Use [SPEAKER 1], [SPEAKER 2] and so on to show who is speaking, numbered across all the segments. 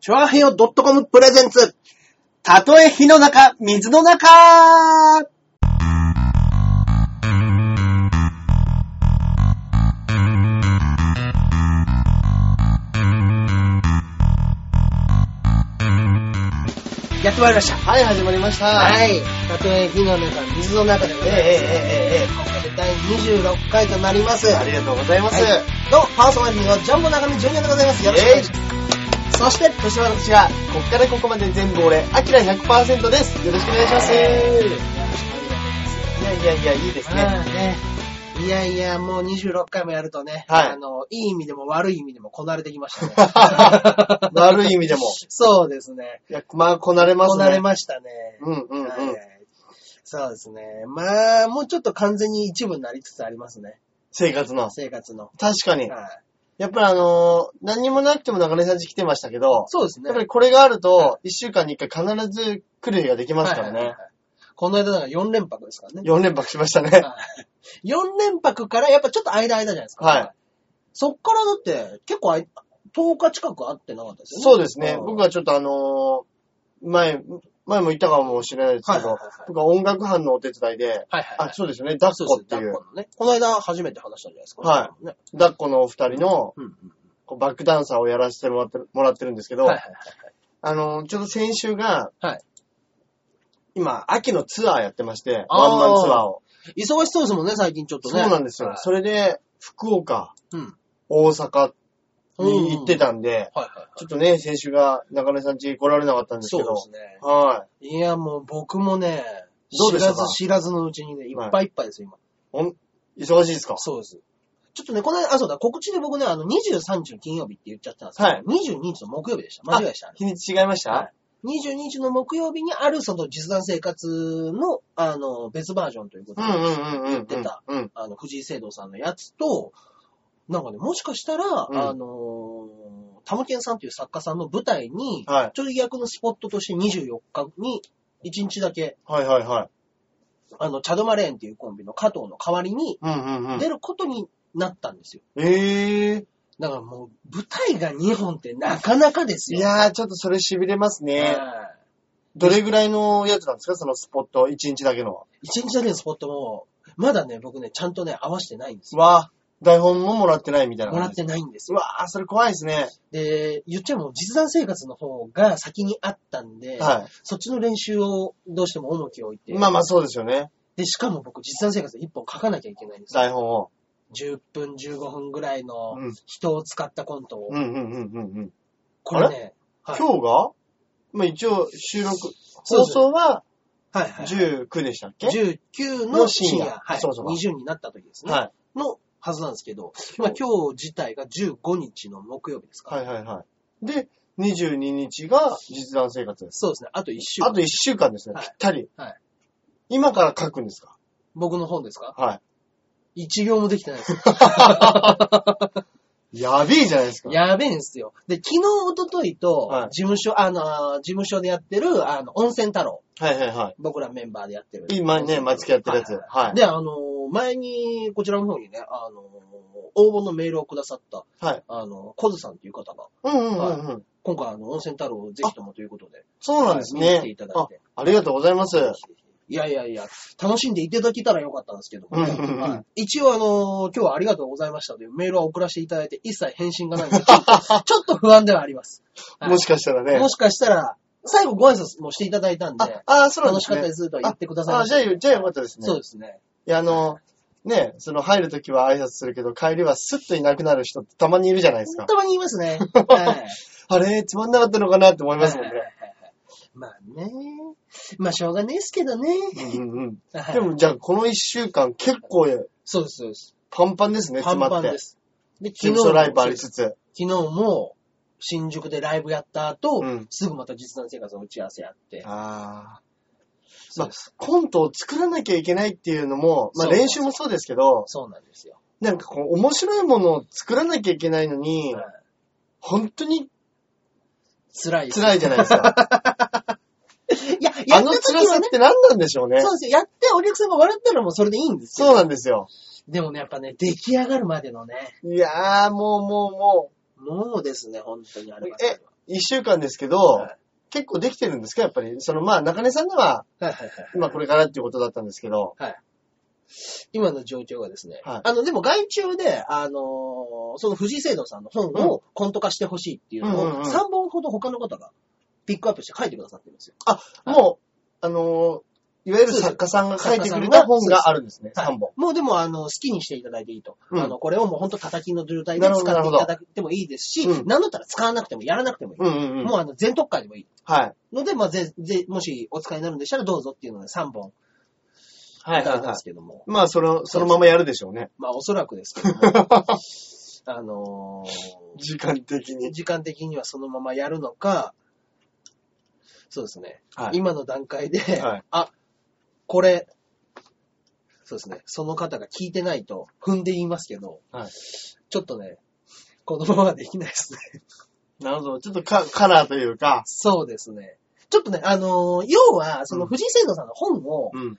[SPEAKER 1] チョアヘヨ .com プレゼンツ。たとえ火の中、水の中やってまいりました。
[SPEAKER 2] はい、始まりました。
[SPEAKER 1] はい。
[SPEAKER 2] たとえ火の中、水の中でござい
[SPEAKER 1] ええ
[SPEAKER 2] ます。
[SPEAKER 1] ええええええ
[SPEAKER 2] 今回で第26回となります。
[SPEAKER 1] ありがとうございます。
[SPEAKER 2] はいどうも、パーソナリティのジャンボ中身ジュニアでございます。よろしくお願いします。
[SPEAKER 1] そして、
[SPEAKER 2] そして私が、こっからここまで全部俺、アキラ100%です。よろしくお願いします。いやいやいや、いいですね。
[SPEAKER 1] ね。
[SPEAKER 2] いやいや、もう26回もやるとね、
[SPEAKER 1] はい
[SPEAKER 2] あの、いい意味でも悪い意味でもこなれてきましたね。
[SPEAKER 1] 悪い意味でも。
[SPEAKER 2] そうですね。
[SPEAKER 1] いや、まあ、こなれます
[SPEAKER 2] こ
[SPEAKER 1] ね。
[SPEAKER 2] なれましたね。
[SPEAKER 1] うんうんうん。
[SPEAKER 2] はいそうですね。まあ、もうちょっと完全に一部になりつつありますね。
[SPEAKER 1] 生活の。
[SPEAKER 2] 生活の。
[SPEAKER 1] 確かに。
[SPEAKER 2] はい
[SPEAKER 1] やっぱりあのー何にもなくても中根さんち来てましたけど、
[SPEAKER 2] そうですね。
[SPEAKER 1] やっぱりこれがあると、一週間に一回必ず来る日ができますから
[SPEAKER 2] はいはい
[SPEAKER 1] ね
[SPEAKER 2] は。いこの間だから4連泊ですからね。
[SPEAKER 1] 4連泊しましたね。
[SPEAKER 2] 4連泊からやっぱちょっと間間じゃないですか。
[SPEAKER 1] はい
[SPEAKER 2] そっからだって結構あい10日近く会ってなかったですよね。
[SPEAKER 1] そうですね。
[SPEAKER 2] ん
[SPEAKER 1] 僕はちょっとあのー前、前も言ったかもしれないですけ
[SPEAKER 2] は
[SPEAKER 1] ど
[SPEAKER 2] いはいはいはい、
[SPEAKER 1] 僕は音楽班のお手伝いで、
[SPEAKER 2] はいはいはい。
[SPEAKER 1] あ、そうですよね、抱っこって
[SPEAKER 2] そう
[SPEAKER 1] いう
[SPEAKER 2] ですね抱っ、このね。この間初めて話したんじゃないですか。
[SPEAKER 1] は
[SPEAKER 2] ね
[SPEAKER 1] 抱っこのお二人の
[SPEAKER 2] うんうん
[SPEAKER 1] こうバックダンサーをやらせてもらってるもらってるんですけど、
[SPEAKER 2] はいはい
[SPEAKER 1] あのーちょっと先週が、
[SPEAKER 2] はい
[SPEAKER 1] 今、秋のツアーやってまして、
[SPEAKER 2] あー
[SPEAKER 1] ワンマンツアーを。
[SPEAKER 2] はい。忙しそうですもんね、最近ちょっと
[SPEAKER 1] そう
[SPEAKER 2] ね。
[SPEAKER 1] なんですよ
[SPEAKER 2] は。い
[SPEAKER 1] それで、福岡、
[SPEAKER 2] うん。
[SPEAKER 1] 大阪に行ってたんで、
[SPEAKER 2] はいはいはい。
[SPEAKER 1] ちょっとね、先週が中根さん家に来られなかったんです
[SPEAKER 2] そ
[SPEAKER 1] け
[SPEAKER 2] うで
[SPEAKER 1] ど、
[SPEAKER 2] すね。
[SPEAKER 1] はい。
[SPEAKER 2] いや、もう僕もね、
[SPEAKER 1] どうで
[SPEAKER 2] 知
[SPEAKER 1] した
[SPEAKER 2] ら
[SPEAKER 1] か
[SPEAKER 2] ず知らずのうちにね、いっぱいいっぱいですよ、今。
[SPEAKER 1] 忙しいですか
[SPEAKER 2] そうです。ちょっとね、この間、あ、そうだ、告知で僕ね、あの、23日の金曜日って言っちゃったんですけど、
[SPEAKER 1] はい
[SPEAKER 2] 22日の木曜日でした。間違えました。
[SPEAKER 1] 日にち違いました、
[SPEAKER 2] はい22日の木曜日にあるその実弾生活の、あの、別バージョンということ
[SPEAKER 1] う
[SPEAKER 2] で、
[SPEAKER 1] んうんうんうん。
[SPEAKER 2] 出た。
[SPEAKER 1] うん。
[SPEAKER 2] あの、藤井聖堂さんのやつと、なんかね、もしかしたら、
[SPEAKER 1] うん
[SPEAKER 2] あのー、タムケンさんという作家さんの舞台に、
[SPEAKER 1] はい。
[SPEAKER 2] ちょい役のスポットとして24日に、1日だけ、
[SPEAKER 1] はいはいはい。
[SPEAKER 2] あの、チャドマレーンっていうコンビの加藤の代わりに
[SPEAKER 1] うんうんうん。
[SPEAKER 2] 出ることになったんですよ。
[SPEAKER 1] ええ
[SPEAKER 2] だからもう、舞台が2本ってなかなかです
[SPEAKER 1] い
[SPEAKER 2] よ。
[SPEAKER 1] やー、ちょっとそれ痺れますね。
[SPEAKER 2] は
[SPEAKER 1] どれぐらいのやつなんですかそのスポット、1日だけのは。
[SPEAKER 2] い一日だけのスポットも、まだね、僕ね、ちゃんとね、合わせてないんですよ。
[SPEAKER 1] わー、台本ももらってないみたいな
[SPEAKER 2] もら
[SPEAKER 1] 感
[SPEAKER 2] っ
[SPEAKER 1] じ
[SPEAKER 2] て
[SPEAKER 1] で。
[SPEAKER 2] ないんですす
[SPEAKER 1] う
[SPEAKER 2] よ。
[SPEAKER 1] わー、それ怖いですね。
[SPEAKER 2] で、言っちゃえばもう実弾生活の方が先にあったんで、
[SPEAKER 1] は
[SPEAKER 2] そっちの練習をどうしても重きを置い
[SPEAKER 1] い。
[SPEAKER 2] て、
[SPEAKER 1] まあまあそうですよね。
[SPEAKER 2] で、しかも僕実弾生活で1本書かなきゃいけないんですよ。
[SPEAKER 1] 台本を。
[SPEAKER 2] 10分、15分ぐらいの
[SPEAKER 1] うん
[SPEAKER 2] 人を使ったコントを。
[SPEAKER 1] うんうんうんうんうん。
[SPEAKER 2] これね、はい
[SPEAKER 1] 今日がまあ一応収録、
[SPEAKER 2] そ
[SPEAKER 1] 放
[SPEAKER 2] うです
[SPEAKER 1] 送は
[SPEAKER 2] はいはい
[SPEAKER 1] 19でしたっけ
[SPEAKER 2] 19の
[SPEAKER 1] の
[SPEAKER 2] 深
[SPEAKER 1] 深
[SPEAKER 2] 夜、
[SPEAKER 1] 夜
[SPEAKER 2] はい、
[SPEAKER 1] そうそう
[SPEAKER 2] 20になった時ですね。
[SPEAKER 1] はい。
[SPEAKER 2] のはずなんですけど、
[SPEAKER 1] 今
[SPEAKER 2] まあ
[SPEAKER 1] 日
[SPEAKER 2] 今日自体が15日の木曜日ですか、
[SPEAKER 1] はいはいはい。で、22日が実弾生活。
[SPEAKER 2] そうですね。あと1週
[SPEAKER 1] あ
[SPEAKER 2] 間。
[SPEAKER 1] と1週間ですね。
[SPEAKER 2] はい
[SPEAKER 1] ぴったり。
[SPEAKER 2] はい
[SPEAKER 1] 今から書くんですか
[SPEAKER 2] 僕の本ですか
[SPEAKER 1] は
[SPEAKER 2] 一行もできてないですよ。
[SPEAKER 1] い。やべえじゃないですか。
[SPEAKER 2] やべえんすよ。で、昨日、一昨日
[SPEAKER 1] は
[SPEAKER 2] と
[SPEAKER 1] い、
[SPEAKER 2] 事務所、あのー、事務所でやってる、あの、温泉太郎。
[SPEAKER 1] はいはいは
[SPEAKER 2] 僕らメンバーでやってる。
[SPEAKER 1] い。今ね、毎月やってるやつ。
[SPEAKER 2] は
[SPEAKER 1] はいい。
[SPEAKER 2] で、あのー、前に、こちらの方にね、あのー、応募のメールをくださった、
[SPEAKER 1] はい
[SPEAKER 2] あのー、コズさんという方が、
[SPEAKER 1] うんうんうんうん。
[SPEAKER 2] 今回、あの、温泉太郎をぜひともということで、
[SPEAKER 1] そうなんです
[SPEAKER 2] はい見て
[SPEAKER 1] ね
[SPEAKER 2] いた。だい
[SPEAKER 1] あ
[SPEAKER 2] て。
[SPEAKER 1] ありがとうございます。
[SPEAKER 2] いやいやいや、楽しんでいただけたらよかったんですけど、
[SPEAKER 1] うんうんうん
[SPEAKER 2] はい一応あのー今日はありがとうございましたというメールは送らせていただいて、一切返信がないので、ちょっとちょっと不安ではあります。はい
[SPEAKER 1] もしかしたらね
[SPEAKER 2] も。しかしたら、最後ご挨拶もしていただいたんで、
[SPEAKER 1] あ、あそうなん
[SPEAKER 2] 楽
[SPEAKER 1] で
[SPEAKER 2] し
[SPEAKER 1] す
[SPEAKER 2] かった
[SPEAKER 1] ね
[SPEAKER 2] で。すとは言ってください
[SPEAKER 1] あ、
[SPEAKER 2] まし
[SPEAKER 1] じ
[SPEAKER 2] た
[SPEAKER 1] ゃあ、じゃあよかったですね。
[SPEAKER 2] そうですね。
[SPEAKER 1] いや、あの、ね、その入るときは挨拶するけど、帰りはスッといなくなる人ってたまにいるじゃないですか。
[SPEAKER 2] たまに言いますね。はい
[SPEAKER 1] あれ、つまんなかったのかなって思いますもんね
[SPEAKER 2] はい。はいはいはいまあね。まあしょうがないですけどね。
[SPEAKER 1] うんうんうん。
[SPEAKER 2] はい
[SPEAKER 1] でも、じゃあ、この一週間結構
[SPEAKER 2] そうです、そうです。
[SPEAKER 1] パンパンですね、
[SPEAKER 2] パ
[SPEAKER 1] 詰
[SPEAKER 2] ン
[SPEAKER 1] まって。
[SPEAKER 2] パンです。で、
[SPEAKER 1] 事務所ライブありつつ。
[SPEAKER 2] 昨日も新宿でライブやった後、
[SPEAKER 1] うん
[SPEAKER 2] すぐまた実弾生活の打ち合わせやって。
[SPEAKER 1] ああ。
[SPEAKER 2] そうです。
[SPEAKER 1] コントを作らなきゃいけないっていうのも、まあ
[SPEAKER 2] そう
[SPEAKER 1] 練習もそうですけど、
[SPEAKER 2] そうなんですよ。
[SPEAKER 1] なんかこう、面白いものを作らなきゃいけないのに、
[SPEAKER 2] はい
[SPEAKER 1] 本当に
[SPEAKER 2] 辛いです。
[SPEAKER 1] 辛いじゃないです か。
[SPEAKER 2] いや、や
[SPEAKER 1] あ
[SPEAKER 2] っ
[SPEAKER 1] の
[SPEAKER 2] た
[SPEAKER 1] 辛
[SPEAKER 2] 時
[SPEAKER 1] さ
[SPEAKER 2] は
[SPEAKER 1] っ
[SPEAKER 2] ね、
[SPEAKER 1] て何なんでしょうね。
[SPEAKER 2] そうですよ。やってお客さんが笑ったらもうそれでいいんですよ。
[SPEAKER 1] そうなんですよ。
[SPEAKER 2] でもね、やっぱね、出来上がるまでのね、
[SPEAKER 1] いやー、もうもうも
[SPEAKER 2] もうですね、本当にあれは。
[SPEAKER 1] えう、一週間ですけど、
[SPEAKER 2] はい
[SPEAKER 1] 結構できてるんですかやっぱり。その、まあ、中根さんのは、
[SPEAKER 2] はいはいはい。
[SPEAKER 1] 今これからっていうことだったんですけど、
[SPEAKER 2] 今の状況がですね。
[SPEAKER 1] はい
[SPEAKER 2] あの、でも外注で、あのーその藤井聖堂さんの本をコント化してほしいっていう
[SPEAKER 1] うんうん
[SPEAKER 2] の
[SPEAKER 1] う
[SPEAKER 2] を、
[SPEAKER 1] ん
[SPEAKER 2] 3本ほど他の方がピックアップして書いてくださってるんですよ。はい
[SPEAKER 1] もう、あのー、いわゆる作家さんが書いてくれた本があるんですね。
[SPEAKER 2] はい
[SPEAKER 1] 3本。
[SPEAKER 2] もうでも、あの、好きにしていただいていいと。
[SPEAKER 1] うん
[SPEAKER 2] あの、これをもうほんと叩きの状態で使っていただいてもいいですし、
[SPEAKER 1] なるほどうん
[SPEAKER 2] なんだったら使わなくてもやらなくてもいい。
[SPEAKER 1] うんうんうん。
[SPEAKER 2] もうあの、全特化でもいい。
[SPEAKER 1] はい。
[SPEAKER 2] ので、まあ、ぜ、ぜ、もしお使いになるんでしたらどうぞっていうので3本
[SPEAKER 1] はい
[SPEAKER 2] いた
[SPEAKER 1] は
[SPEAKER 2] だ
[SPEAKER 1] い
[SPEAKER 2] いたん
[SPEAKER 1] は
[SPEAKER 2] で
[SPEAKER 1] い
[SPEAKER 2] す。けども。
[SPEAKER 1] まあ、その、そのままやるでしょうね。
[SPEAKER 2] まあ、おそらくですけども。あのー
[SPEAKER 1] 時間的に。
[SPEAKER 2] 時間的にはそのままやるのか、そうですね。
[SPEAKER 1] はい。
[SPEAKER 2] 今の段階で、
[SPEAKER 1] はい
[SPEAKER 2] あ、これ、そうですね。その方が聞いてないと踏んで言いますけど、
[SPEAKER 1] はい
[SPEAKER 2] ちょっとね、このままはできないですね。
[SPEAKER 1] なるほど。ちょっとカカラーというか、
[SPEAKER 2] そうですね。ちょっとね、あのー要は、その藤井聖堂さんの本を
[SPEAKER 1] うん。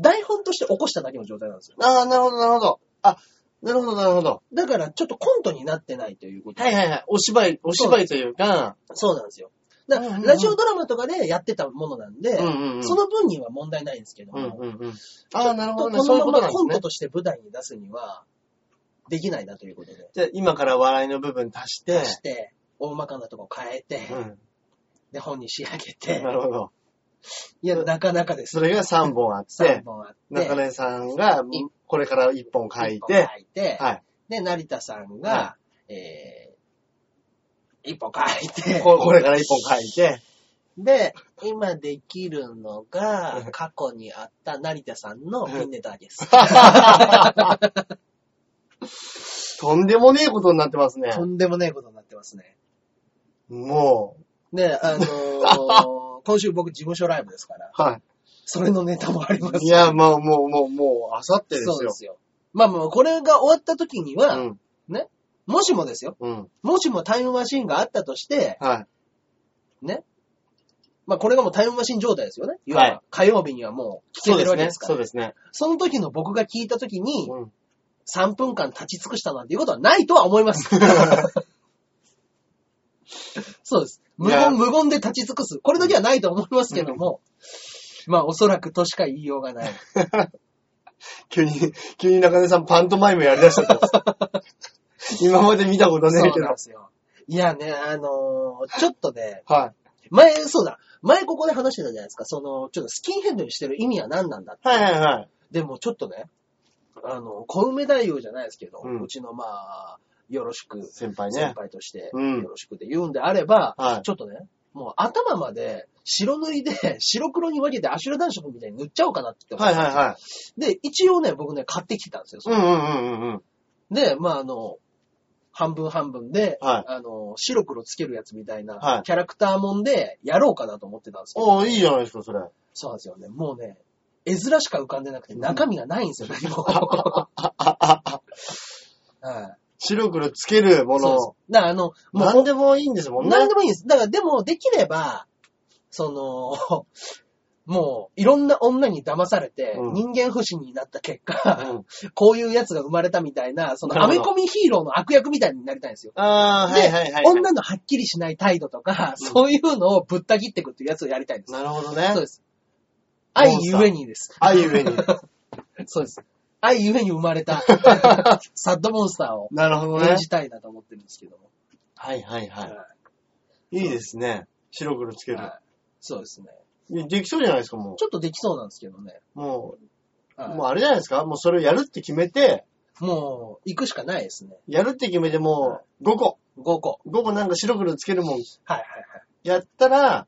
[SPEAKER 2] 台本として起こしただけの状態なんですよ。
[SPEAKER 1] ああ、なるほど、なるほど。あ、なるほど、なるほど。
[SPEAKER 2] だから、ちょっとコントになってないということ。
[SPEAKER 1] はいはいはい。お芝居、お芝居というか、
[SPEAKER 2] そうなんですよ。だか
[SPEAKER 1] うんう
[SPEAKER 2] ら、
[SPEAKER 1] んうん
[SPEAKER 2] ラジオドラマとかでやってたものなんで、
[SPEAKER 1] うんうん
[SPEAKER 2] その分には問題ないんですけども、
[SPEAKER 1] うんうんうん。ああ、なるほどね。
[SPEAKER 2] こ
[SPEAKER 1] そういう
[SPEAKER 2] の
[SPEAKER 1] こと
[SPEAKER 2] ま
[SPEAKER 1] なん
[SPEAKER 2] まコン
[SPEAKER 1] です
[SPEAKER 2] ト
[SPEAKER 1] ね。
[SPEAKER 2] として舞台に出すには、できないなということで。
[SPEAKER 1] じゃあ、今から笑いの部分足して、
[SPEAKER 2] して、大まかなとこ変えて、
[SPEAKER 1] う
[SPEAKER 2] で、本に仕上げて
[SPEAKER 1] ん。な、るほど。
[SPEAKER 2] いや、なかなかです
[SPEAKER 1] そ。れが3本あっ
[SPEAKER 2] 3
[SPEAKER 1] て、
[SPEAKER 2] 本あって、
[SPEAKER 1] 中根さんが
[SPEAKER 2] い
[SPEAKER 1] これから1本書い
[SPEAKER 2] 一本
[SPEAKER 1] て、
[SPEAKER 2] 書いて、
[SPEAKER 1] はい。
[SPEAKER 2] で、成田さんが、えー、一本書い て、
[SPEAKER 1] ここれから1本書い て、
[SPEAKER 2] で、今できるのが、過去にあった成田さんのピンネ タです。
[SPEAKER 1] とんでもねえことになってますね。
[SPEAKER 2] とんでもないことになってますね。
[SPEAKER 1] もう、
[SPEAKER 2] で、あの ー今週僕事務所ライブですから、
[SPEAKER 1] は
[SPEAKER 2] それのネタもあります。
[SPEAKER 1] い。いや、もう、もう、もう、もう、あさってで
[SPEAKER 2] そう
[SPEAKER 1] す
[SPEAKER 2] で
[SPEAKER 1] よ。
[SPEAKER 2] すよ。まあまあ、これが終わった時には、
[SPEAKER 1] うん。
[SPEAKER 2] もしもですよ、
[SPEAKER 1] うん。
[SPEAKER 2] もしもタイムマシンがあったとして、
[SPEAKER 1] はい。
[SPEAKER 2] まあこれがもうタイムマシン状態ですよね。要
[SPEAKER 1] はい
[SPEAKER 2] は火曜日にはもう聞けてるわけですから。
[SPEAKER 1] そうですね。
[SPEAKER 2] その時の僕が聞いた時に、
[SPEAKER 1] そうですね
[SPEAKER 2] 3分間立ち尽くしたなんていうことはないとは思 います。そうです。無
[SPEAKER 1] いや
[SPEAKER 2] 言、無言で立ち尽くす。これだけはないと思いますけども、まあ、おそらくとしか言いようが ない。
[SPEAKER 1] 急に、急に中根さんパントマイムやりだしちゃったん です。今まで見たことね
[SPEAKER 2] そう
[SPEAKER 1] えけ
[SPEAKER 2] なん
[SPEAKER 1] ど
[SPEAKER 2] で。すよ。いやね、あのーちょっとね、
[SPEAKER 1] はい。
[SPEAKER 2] 前、そうだ、前ここで話してたじゃないですか、その、ちょっとスキンヘッドにしてる意味は何なんだって。
[SPEAKER 1] はいはいはい。
[SPEAKER 2] でもちょっとね、あの、小梅太夫じゃないですけど、
[SPEAKER 1] う
[SPEAKER 2] うんちのまあ、よろしく、
[SPEAKER 1] 先輩
[SPEAKER 2] 先
[SPEAKER 1] ね。
[SPEAKER 2] 輩として、
[SPEAKER 1] うん
[SPEAKER 2] よろしくで言うんであれば、
[SPEAKER 1] はい。
[SPEAKER 2] ちょっとね、もう頭まで白塗りで白黒に分けてアシュラ男色みたいに塗っちゃおうかなって思っ
[SPEAKER 1] は
[SPEAKER 2] て
[SPEAKER 1] いはいはい。
[SPEAKER 2] で、一応ね、僕ね、買ってきてたんですよ。
[SPEAKER 1] うんうんうんうんうん。
[SPEAKER 2] で、まああの、半分半分で、
[SPEAKER 1] はい
[SPEAKER 2] あの、白黒つけるやつみたいな、
[SPEAKER 1] はい
[SPEAKER 2] キャラクターもんでやろうかなと思ってたんですけど、
[SPEAKER 1] おーいいじゃないですか、それ。
[SPEAKER 2] そうなんですよね。もうね、絵面しか浮かんでなくて中身がないん ですよ、何も。はい。
[SPEAKER 1] 白黒つけるも
[SPEAKER 2] そう
[SPEAKER 1] の。
[SPEAKER 2] です。だからあの、もう
[SPEAKER 1] 何でもいいんですもんね。
[SPEAKER 2] 何でもいいんです。だから、でも、できれば、その、 もう、いろんな女に騙されて、
[SPEAKER 1] うん
[SPEAKER 2] 人間不信になった結果、
[SPEAKER 1] うん
[SPEAKER 2] こういうやつが生まれたみたいな、その、
[SPEAKER 1] な
[SPEAKER 2] ア
[SPEAKER 1] る
[SPEAKER 2] メ
[SPEAKER 1] ほど
[SPEAKER 2] コミヒーローの悪役みたいになりたいんですよ。
[SPEAKER 1] ああ、
[SPEAKER 2] で
[SPEAKER 1] はいはいはい。
[SPEAKER 2] 女のはっきりしない態度とか、
[SPEAKER 1] うん
[SPEAKER 2] そういうのをぶった切っていくっていうやつをやりたいんです。
[SPEAKER 1] なるほど
[SPEAKER 2] そう
[SPEAKER 1] ね
[SPEAKER 2] で。す。愛
[SPEAKER 1] モンスター
[SPEAKER 2] ゆえにです。
[SPEAKER 1] あいうえに。
[SPEAKER 2] そうです。愛ゆえに生まれた、サッドモンスターを
[SPEAKER 1] なるほどね
[SPEAKER 2] 演。じたいなと思ってるんですけども。
[SPEAKER 1] はいはいは。
[SPEAKER 2] はい
[SPEAKER 1] いいですね。白黒つけ
[SPEAKER 2] い
[SPEAKER 1] る。
[SPEAKER 2] はいそうですね。
[SPEAKER 1] いやできそうじゃないですか、も
[SPEAKER 2] ちょっとできそうなんですけどね。
[SPEAKER 1] う。もう、
[SPEAKER 2] はい
[SPEAKER 1] もうあれじゃないですか。もうそれをやるって決めて、
[SPEAKER 2] もう、行くしかないですね。
[SPEAKER 1] やるって決めてもう5個。
[SPEAKER 2] 5個。
[SPEAKER 1] 5個なんか白黒つけるもん
[SPEAKER 2] はいはいはい。
[SPEAKER 1] やったら、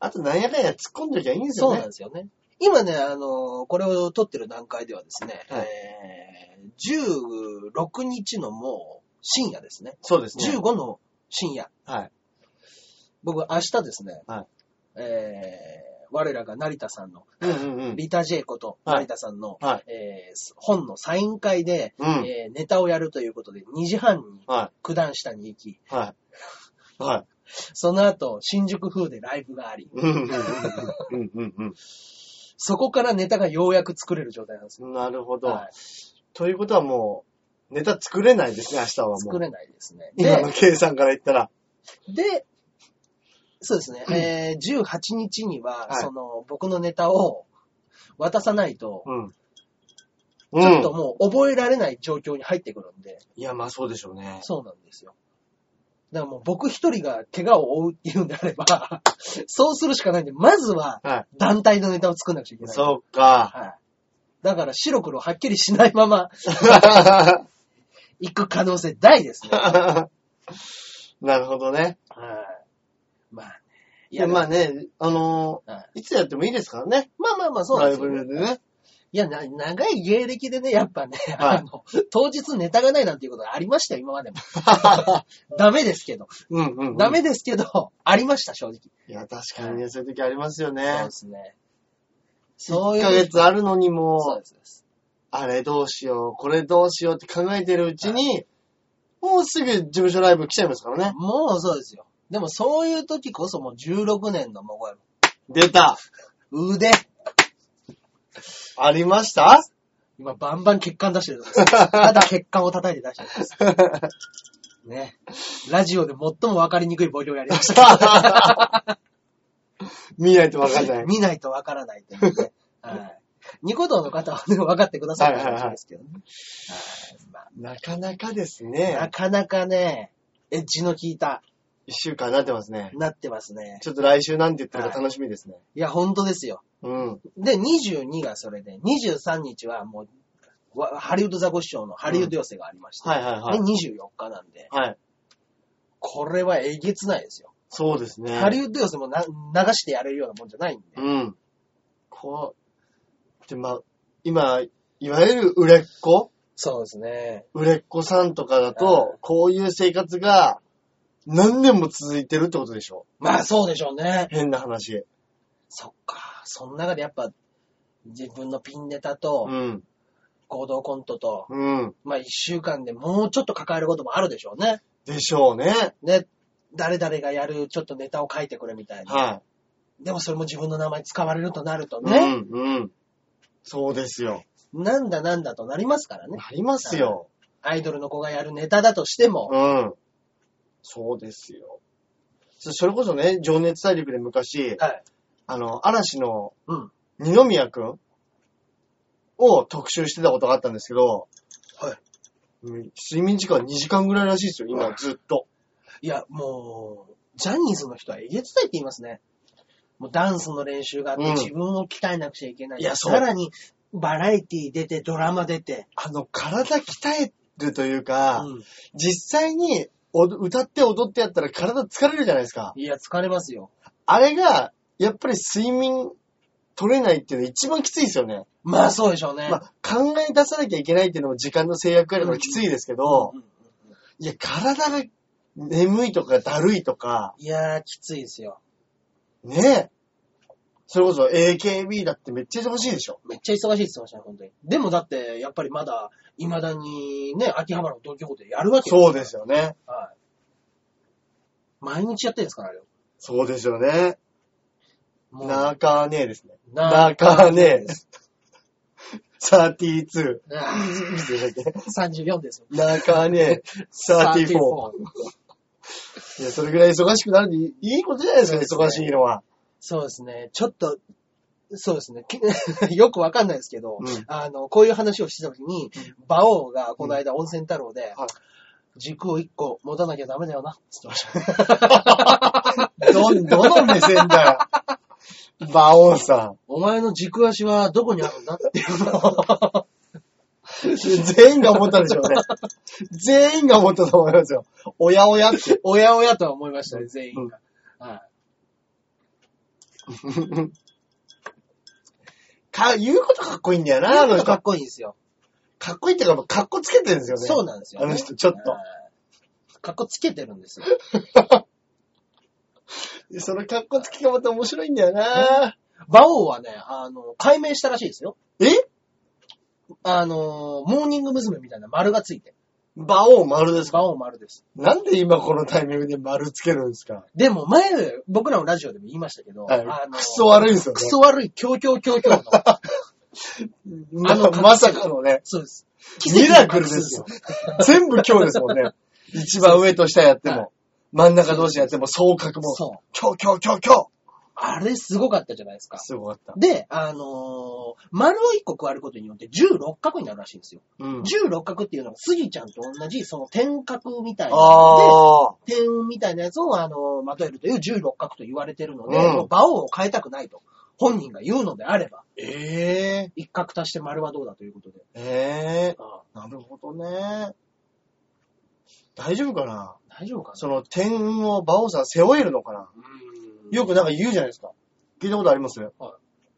[SPEAKER 1] あとなんやかんや突っ込んできゃいいんです
[SPEAKER 2] そ
[SPEAKER 1] よ
[SPEAKER 2] うなん
[SPEAKER 1] ね。
[SPEAKER 2] ですよね。今ね、あのーこれを撮ってる段階ではですね、
[SPEAKER 1] はい
[SPEAKER 2] えー16日のもう深夜ですね。
[SPEAKER 1] そうで
[SPEAKER 2] 15の深夜。
[SPEAKER 1] はい。
[SPEAKER 2] 僕、明日ですね、
[SPEAKER 1] は
[SPEAKER 2] えー我らが成田さんの、
[SPEAKER 1] うんうんうん。
[SPEAKER 2] リタジェイこと
[SPEAKER 1] はい
[SPEAKER 2] 成田さんの、
[SPEAKER 1] はい。
[SPEAKER 2] えー本のサイン会で、
[SPEAKER 1] うん。
[SPEAKER 2] えーネタをやるということで、2時半に
[SPEAKER 1] は
[SPEAKER 2] 九段下に行き、
[SPEAKER 1] い。はい。はい。
[SPEAKER 2] その後、新宿風でライブがあり、
[SPEAKER 1] うんうんうんうんうん
[SPEAKER 2] そこからネタがようやく作れる状態なんですよ。
[SPEAKER 1] うん。なるほど。
[SPEAKER 2] はい
[SPEAKER 1] ということはもう、ネタ作れないですね、明日はも
[SPEAKER 2] 作
[SPEAKER 1] う。
[SPEAKER 2] れないですね。
[SPEAKER 1] 今
[SPEAKER 2] で
[SPEAKER 1] の、計算から言ったら。
[SPEAKER 2] で、そうですね、
[SPEAKER 1] うん
[SPEAKER 2] えー18日には、
[SPEAKER 1] はい
[SPEAKER 2] その、僕のネタを渡さないと、
[SPEAKER 1] うん。
[SPEAKER 2] ちょっと
[SPEAKER 1] うん。
[SPEAKER 2] もう覚えられない状況に入ってくるんで、
[SPEAKER 1] いや、まあそうでしょうね。
[SPEAKER 2] そうなんですよ。だからもう僕一人が怪我を負うっていうんであれば、 そうするしかないんで、まずは
[SPEAKER 1] はい。
[SPEAKER 2] 団体のネタを作んなくちゃいけない。
[SPEAKER 1] そうか。
[SPEAKER 2] はい。だから白黒はっきりしないまま行く可能性大ですね。
[SPEAKER 1] なるほどね。
[SPEAKER 2] はい。まあね。
[SPEAKER 1] いや、まあね、あの
[SPEAKER 2] はい
[SPEAKER 1] つやってもいいですからね。
[SPEAKER 2] まあまあまあ、そうなん
[SPEAKER 1] ラ
[SPEAKER 2] で
[SPEAKER 1] イ
[SPEAKER 2] すよ、
[SPEAKER 1] ブでね。
[SPEAKER 2] いやな、長い芸歴でね、やっぱね、
[SPEAKER 1] はい
[SPEAKER 2] あの、当日ネタがないなんていうことありましたよ、今までも。ダメですけど。
[SPEAKER 1] うんうんうん。
[SPEAKER 2] ダメですけど、ありました、正直。
[SPEAKER 1] いや、確かにね、そういう時ありますよ
[SPEAKER 2] そう
[SPEAKER 1] ね
[SPEAKER 2] で。すね。そ
[SPEAKER 1] 1
[SPEAKER 2] ういう。
[SPEAKER 1] ヶ月あるのに
[SPEAKER 2] そう
[SPEAKER 1] も
[SPEAKER 2] で、すそうです。
[SPEAKER 1] あれどうしよう、これどうしようって考えてるうちに、もうすぐ事務所ライブ来ちゃいますからね。
[SPEAKER 2] もうそうですよ。でもそういう時こそもう16年のもうこれ
[SPEAKER 1] 出た
[SPEAKER 2] 腕、
[SPEAKER 1] ありま した
[SPEAKER 2] 今バンバン血管出してるんです よただ血管を叩いて出してるんですよ。ね。ラジオで最も分かりにくいボリをやりました。
[SPEAKER 1] 見ないとわかん ない。
[SPEAKER 2] 見ないとわからないという ね。はい。ニコ動の方はね、分かってくださるかもしれないですけどね。はいまあ
[SPEAKER 1] なかなかです
[SPEAKER 2] な
[SPEAKER 1] ね。
[SPEAKER 2] かなかね、エッジの効いた、
[SPEAKER 1] 一週間なってますね。
[SPEAKER 2] なってますね。
[SPEAKER 1] ちょっと来週なんて言ってるか楽しみですね。
[SPEAKER 2] いや、本当ですよ。
[SPEAKER 1] うん。
[SPEAKER 2] で、22がそれで、23日はもう、わハリウッドザコシショウのハリウッド寄せがありまして、
[SPEAKER 1] はいはいはい。
[SPEAKER 2] で24日なんで、
[SPEAKER 1] はい。
[SPEAKER 2] これはえげつないですよ。
[SPEAKER 1] そうですね。
[SPEAKER 2] ハリウッド寄せもな流してやれるようなもんじゃないんで。
[SPEAKER 1] うん。こう。で、まあ、今、いわゆる売れっ子
[SPEAKER 2] そうですね。
[SPEAKER 1] 売れっ子さんとかだ
[SPEAKER 2] う
[SPEAKER 1] と、こういう生活が何年も続いてるってことでしょ
[SPEAKER 2] まあそうでしょうね。
[SPEAKER 1] 変な話。
[SPEAKER 2] そっか。その中でやっぱ、自分のピンネタと
[SPEAKER 1] う、ん。
[SPEAKER 2] 行動コントと、
[SPEAKER 1] うん。
[SPEAKER 2] まあ一週間でもうちょっと抱えることもあるでしょうね。
[SPEAKER 1] でしょうね。
[SPEAKER 2] ね。誰々がやるちょっとネタを書いてくれみたいな。
[SPEAKER 1] は
[SPEAKER 2] でもそれも自分の名前使われるとなると
[SPEAKER 1] い。
[SPEAKER 2] ね、
[SPEAKER 1] うん、うん。そうですよ。
[SPEAKER 2] なんだなんだとなりますからね。
[SPEAKER 1] なりますよ。
[SPEAKER 2] アイドルの子がやるネタだとしても、
[SPEAKER 1] うん。そうですよ。そそれこそね、情熱大陸で昔、
[SPEAKER 2] はい。
[SPEAKER 1] あの、嵐の
[SPEAKER 2] うん。
[SPEAKER 1] 二宮くんを特集してたことがあったんですけど、
[SPEAKER 2] はい。
[SPEAKER 1] うん睡眠時間2時間ぐらいらしいですよ、今ずっと。
[SPEAKER 2] いや、もう、ジャニーズの人はえげつないって言いますね。もうダンスの練習があって、
[SPEAKER 1] うん
[SPEAKER 2] 自分を鍛えなくちゃいけない。
[SPEAKER 1] いやそう
[SPEAKER 2] さらに、バラエティ出て、ドラマ出て。
[SPEAKER 1] あの、体鍛えるというか、
[SPEAKER 2] うん
[SPEAKER 1] 実際にお歌って踊ってやったら体疲れるじゃないですか。
[SPEAKER 2] いや、疲れますよ。
[SPEAKER 1] あれが、やっぱり睡眠取れないっていうのが一番きついですよね。
[SPEAKER 2] まあ、そうでしょうね。
[SPEAKER 1] まあ、考え出さなきゃいけないっていうのも時間の制約があるからきついですけど
[SPEAKER 2] う、ん
[SPEAKER 1] いや、体が眠いとかだるいとか、
[SPEAKER 2] いやー、きついですよ。
[SPEAKER 1] ねえ。それこそ AKB だってめっちゃ忙しいでしょ。
[SPEAKER 2] めっちゃ忙しいって言ってましたね、本当に。でもだって、やっぱりまだ、未だにね、秋葉原の東京ホテルやるわけ
[SPEAKER 1] そうです
[SPEAKER 2] よ。
[SPEAKER 1] よね。
[SPEAKER 2] はい。毎日やってるんですから、あれ。
[SPEAKER 1] そうですよね。
[SPEAKER 2] もう
[SPEAKER 1] なかねえですね。
[SPEAKER 2] な
[SPEAKER 1] なかねえ。32。い
[SPEAKER 2] あー
[SPEAKER 1] くつでしたっけ
[SPEAKER 2] 34ですよ。
[SPEAKER 1] なかねえ、34。いや、それぐらい忙しくなるんで、いいことじゃないですか、忙しいのは。
[SPEAKER 2] そうですね。ちょっと、そうですね。き よくわかんないですけど、
[SPEAKER 1] うん
[SPEAKER 2] あの、こういう話をしてた時に、馬王がこの間温泉太郎で、
[SPEAKER 1] はい
[SPEAKER 2] 軸を1個持たなきゃダメだよな、って言ってましたね。
[SPEAKER 1] ど、どの目線だよ。馬王さん。
[SPEAKER 2] お前の軸足はどこにあるんだっていうのを
[SPEAKER 1] 全員が思ったでしょうね。全員が思ったと思いますよ。おやおやって。
[SPEAKER 2] おやおやとは思いましたね、全員が。はい
[SPEAKER 1] か、言うことかっこいいんだよな、あの人。
[SPEAKER 2] か
[SPEAKER 1] か
[SPEAKER 2] っこいいんですよ。
[SPEAKER 1] っこいいっていうか、もうかっこつけてるんですよね。
[SPEAKER 2] そうなんですよ、ね。
[SPEAKER 1] あの人ちょっと
[SPEAKER 2] はい。かっこつけてるんですよ。
[SPEAKER 1] でそのかっこつきがまた面白いんだよな。
[SPEAKER 2] 馬王はね、あの、解明したらしいですよ。
[SPEAKER 1] え
[SPEAKER 2] あの、モーニング娘。みたいな丸がついて。
[SPEAKER 1] 馬王丸ですか
[SPEAKER 2] 馬王丸です。
[SPEAKER 1] なんで今このタイミングで丸つけるんですか
[SPEAKER 2] でも前、僕らのラジオでも言いましたけど、
[SPEAKER 1] はい
[SPEAKER 2] あの
[SPEAKER 1] クソ悪いですよね。
[SPEAKER 2] クソ悪い、強強強強の。
[SPEAKER 1] ま
[SPEAKER 2] あの
[SPEAKER 1] まさかのね、
[SPEAKER 2] そうです。
[SPEAKER 1] ミラクルですよ。全部今日ですもんね。一番上と下やっても。真ん中同士でやっても、双角も、
[SPEAKER 2] そう。
[SPEAKER 1] 今日、今日、今日、今日
[SPEAKER 2] あれすごかったじゃないですか。
[SPEAKER 1] すごかった。
[SPEAKER 2] で、あのー丸を1個加えることによって16角になるらしいんですよ。
[SPEAKER 1] うん。
[SPEAKER 2] 16角っていうのは、スギちゃんと同じ、その点角みたいなの
[SPEAKER 1] ああ。
[SPEAKER 2] で、点みたいなやつを、あのーまとえるという16角と言われてるので、
[SPEAKER 1] うん
[SPEAKER 2] もう馬王を変えたくないと、本人が言うのであれば、
[SPEAKER 1] ええ
[SPEAKER 2] 一角足して丸はどうだということで。
[SPEAKER 1] ええな
[SPEAKER 2] あ
[SPEAKER 1] るほどね。大丈夫かな
[SPEAKER 2] あ大丈夫かな
[SPEAKER 1] その点を馬王さん背負えるのかなよ
[SPEAKER 2] よ
[SPEAKER 1] く
[SPEAKER 2] く、
[SPEAKER 1] なんか言うじゃないですか。聞いたことあります
[SPEAKER 2] はい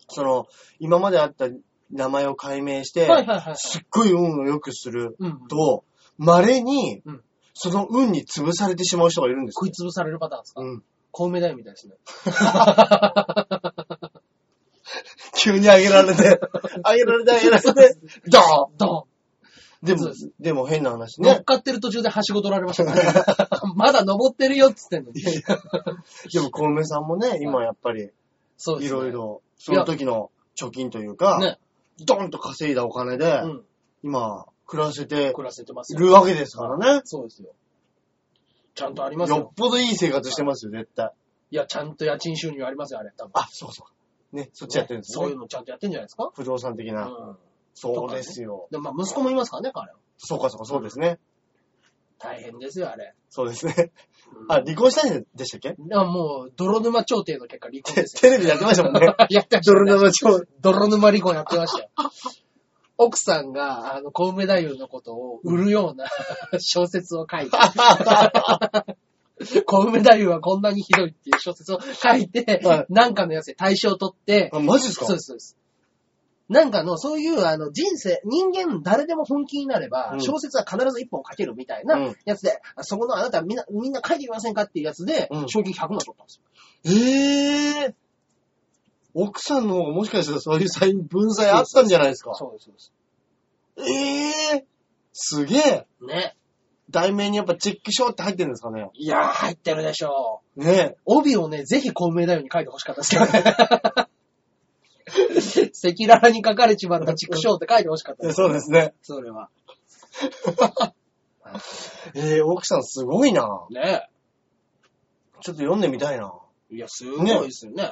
[SPEAKER 1] その、今まであった名前を改名して、
[SPEAKER 2] はいはいはい。
[SPEAKER 1] すっごい運を良くする
[SPEAKER 2] うんうん、
[SPEAKER 1] と、稀に
[SPEAKER 2] うん、
[SPEAKER 1] その運に潰されてしまう人がいるんです
[SPEAKER 2] 食い
[SPEAKER 1] よ。
[SPEAKER 2] 潰されるパターンですか、
[SPEAKER 1] うん。
[SPEAKER 2] コウメダイみたいですね。
[SPEAKER 1] 急に上げられ て、上げられて、上げられて、ドーン
[SPEAKER 2] ド
[SPEAKER 1] で
[SPEAKER 2] そう
[SPEAKER 1] も
[SPEAKER 2] で、
[SPEAKER 1] でも変な話
[SPEAKER 2] ン乗
[SPEAKER 1] ね
[SPEAKER 2] っ。かってる途中ではしご取られましたからね まだ登ってるよっつってんのに。
[SPEAKER 1] でも、小梅さんもね、今やっぱり、
[SPEAKER 2] そうで
[SPEAKER 1] い
[SPEAKER 2] すね。
[SPEAKER 1] ろいろ、その時の貯金というか、
[SPEAKER 2] ね。
[SPEAKER 1] ドンと稼いだお金で、
[SPEAKER 2] うん。
[SPEAKER 1] 今、暮らせて
[SPEAKER 2] 暮らせてます
[SPEAKER 1] い
[SPEAKER 2] よ
[SPEAKER 1] るわけですからね。
[SPEAKER 2] そうですよ。ちゃんとあります
[SPEAKER 1] よ
[SPEAKER 2] よ
[SPEAKER 1] っ。ぽどいい生活してますよ、絶対。
[SPEAKER 2] いや、ちゃんと家賃収入ありますよ、あれ。多分。
[SPEAKER 1] あ、そうそう。ね、そっちやってるんです
[SPEAKER 2] そうい
[SPEAKER 1] ね
[SPEAKER 2] う。のちゃんとやってんじゃないですか
[SPEAKER 1] 不動産的
[SPEAKER 2] う
[SPEAKER 1] な。
[SPEAKER 2] ん。
[SPEAKER 1] そうですよ。
[SPEAKER 2] でもまあ、息子もいますからね、彼は。
[SPEAKER 1] そうかそうか、そうですね。
[SPEAKER 2] 大変ですよ、あれ。
[SPEAKER 1] そうですね。
[SPEAKER 2] うん
[SPEAKER 1] あ、離婚したんでしたっけ
[SPEAKER 2] だからもう、泥沼調停の結果、離婚
[SPEAKER 1] て
[SPEAKER 2] ですよ。
[SPEAKER 1] テレビでやってましたもんね。
[SPEAKER 2] やってました
[SPEAKER 1] 泥
[SPEAKER 2] ね。
[SPEAKER 1] 沼町。
[SPEAKER 2] 泥沼離婚やってましたよ。奥さんが、あの、小梅太夫のことを売るような小説を書 いて、小梅太夫はこんなにひどいっていう小説を書いて
[SPEAKER 1] はい、
[SPEAKER 2] なんかのやつで大賞を取って、
[SPEAKER 1] あ、マジですか
[SPEAKER 2] そうです、そうです。なんかの、そういう、あの、人生、人間誰でも本気になれば
[SPEAKER 1] う、ん
[SPEAKER 2] 小説は必ず一本書けるみたいうなんやつで、あそこのあなたみんな、みんな書いてみませんかっていうやつで
[SPEAKER 1] う、ん
[SPEAKER 2] 賞金100万取ったんですよ。
[SPEAKER 1] ええ奥さんの方がもしかしたらそういうサイン、文才あったんじゃないですか
[SPEAKER 2] そうです、そうです。
[SPEAKER 1] ええすげえ
[SPEAKER 2] ね。
[SPEAKER 1] 題名にやっぱチェック書って入ってるんですかね
[SPEAKER 2] いやー、入ってるでしょう。
[SPEAKER 1] ね
[SPEAKER 2] 帯をね、ぜひ小梅太夫に書いてほしかったですけどね。赤裸々に書かれちまった畜生って書いてほしかった
[SPEAKER 1] え。
[SPEAKER 2] です。
[SPEAKER 1] そうですね。
[SPEAKER 2] それは。
[SPEAKER 1] ええ奥さんすごいな。ちょ
[SPEAKER 2] ね
[SPEAKER 1] っと読んでみたいな。
[SPEAKER 2] いや、すごいですよね。い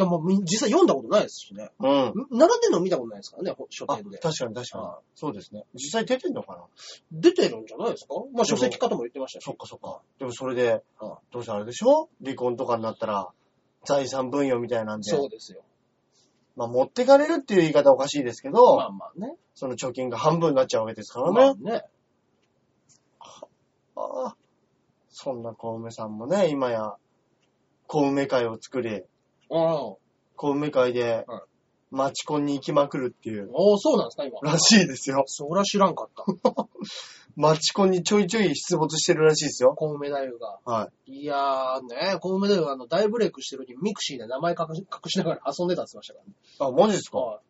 [SPEAKER 2] や、もうみ実際読んだことないですしね。
[SPEAKER 1] うん。
[SPEAKER 2] ん並んでるの見たことないですからね、ほ書
[SPEAKER 1] あ、
[SPEAKER 2] 店
[SPEAKER 1] 確
[SPEAKER 2] で。
[SPEAKER 1] かに確かに
[SPEAKER 2] あ。
[SPEAKER 1] そうですね。実際出てんのかな
[SPEAKER 2] 出てるんじゃないですかまあ、書籍化とも言ってましたし。
[SPEAKER 1] そっかそっか。でもそれで
[SPEAKER 2] あ、
[SPEAKER 1] どうせあれでしょ離婚とかになったら、財産分与みたいなんで。
[SPEAKER 2] そうですよ。
[SPEAKER 1] まあ持ってかれるっていう言い方はおかしいですけど、
[SPEAKER 2] まあまあね。
[SPEAKER 1] その貯金が半分になっちゃうわけですか
[SPEAKER 2] ま
[SPEAKER 1] らね。
[SPEAKER 2] あね。
[SPEAKER 1] ああ。そんな小梅さんもね、今や、小梅会を作り、
[SPEAKER 2] うん。
[SPEAKER 1] 小梅会で
[SPEAKER 2] はい、
[SPEAKER 1] マチコンに行きまくるっていう、
[SPEAKER 2] おーそうなんですか、今。
[SPEAKER 1] らしいですよ。
[SPEAKER 2] そら知らんかった。
[SPEAKER 1] マチコンにちょいちょい出没してるらしいですよ。
[SPEAKER 2] コウメ太夫が。
[SPEAKER 1] はい
[SPEAKER 2] やーね、コウメ太夫はあの大ブレイクしてる時にミクシーで名前隠し隠しながら遊んでたって言ってましたからね。
[SPEAKER 1] い。あ、マジですか
[SPEAKER 2] は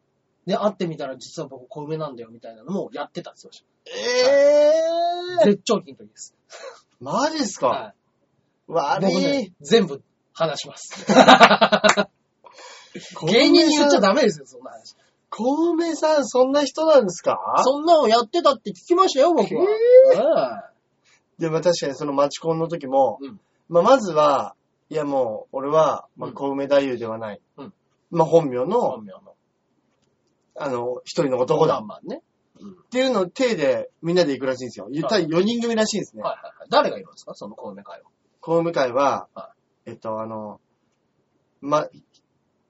[SPEAKER 2] い。で、会ってみたら実は僕コウメなんだよみたいなのもやってたって言って
[SPEAKER 1] え
[SPEAKER 2] まし
[SPEAKER 1] えー、
[SPEAKER 2] た。絶頂期の時です。
[SPEAKER 1] マジですか、
[SPEAKER 2] は
[SPEAKER 1] 悪
[SPEAKER 2] 僕
[SPEAKER 1] い
[SPEAKER 2] ね。、全部話し ます。
[SPEAKER 1] 小梅さ
[SPEAKER 2] 芸
[SPEAKER 1] ん
[SPEAKER 2] 人に言っちゃダメですよ、そんな話。
[SPEAKER 1] 小梅さん、そんな人なんですか
[SPEAKER 2] そんなのやってたって聞きましたよ、僕は。はい
[SPEAKER 1] でも確かにそのマチコンの時も、
[SPEAKER 2] うん
[SPEAKER 1] まあまずは、いやもう、俺は、まあ、
[SPEAKER 2] うん
[SPEAKER 1] 小梅太夫ではない。
[SPEAKER 2] うん
[SPEAKER 1] まあ本名の、
[SPEAKER 2] 本名の。
[SPEAKER 1] あの、一人の男だ。
[SPEAKER 2] まあまあね。
[SPEAKER 1] っていうのを手でみんなで行くらしいんですよ。言ったら4人組らしいんですね
[SPEAKER 2] は。いはいはい。誰がいるんですかそのコウメ会は。
[SPEAKER 1] 公務会は
[SPEAKER 2] は、
[SPEAKER 1] えっと、あの、ま、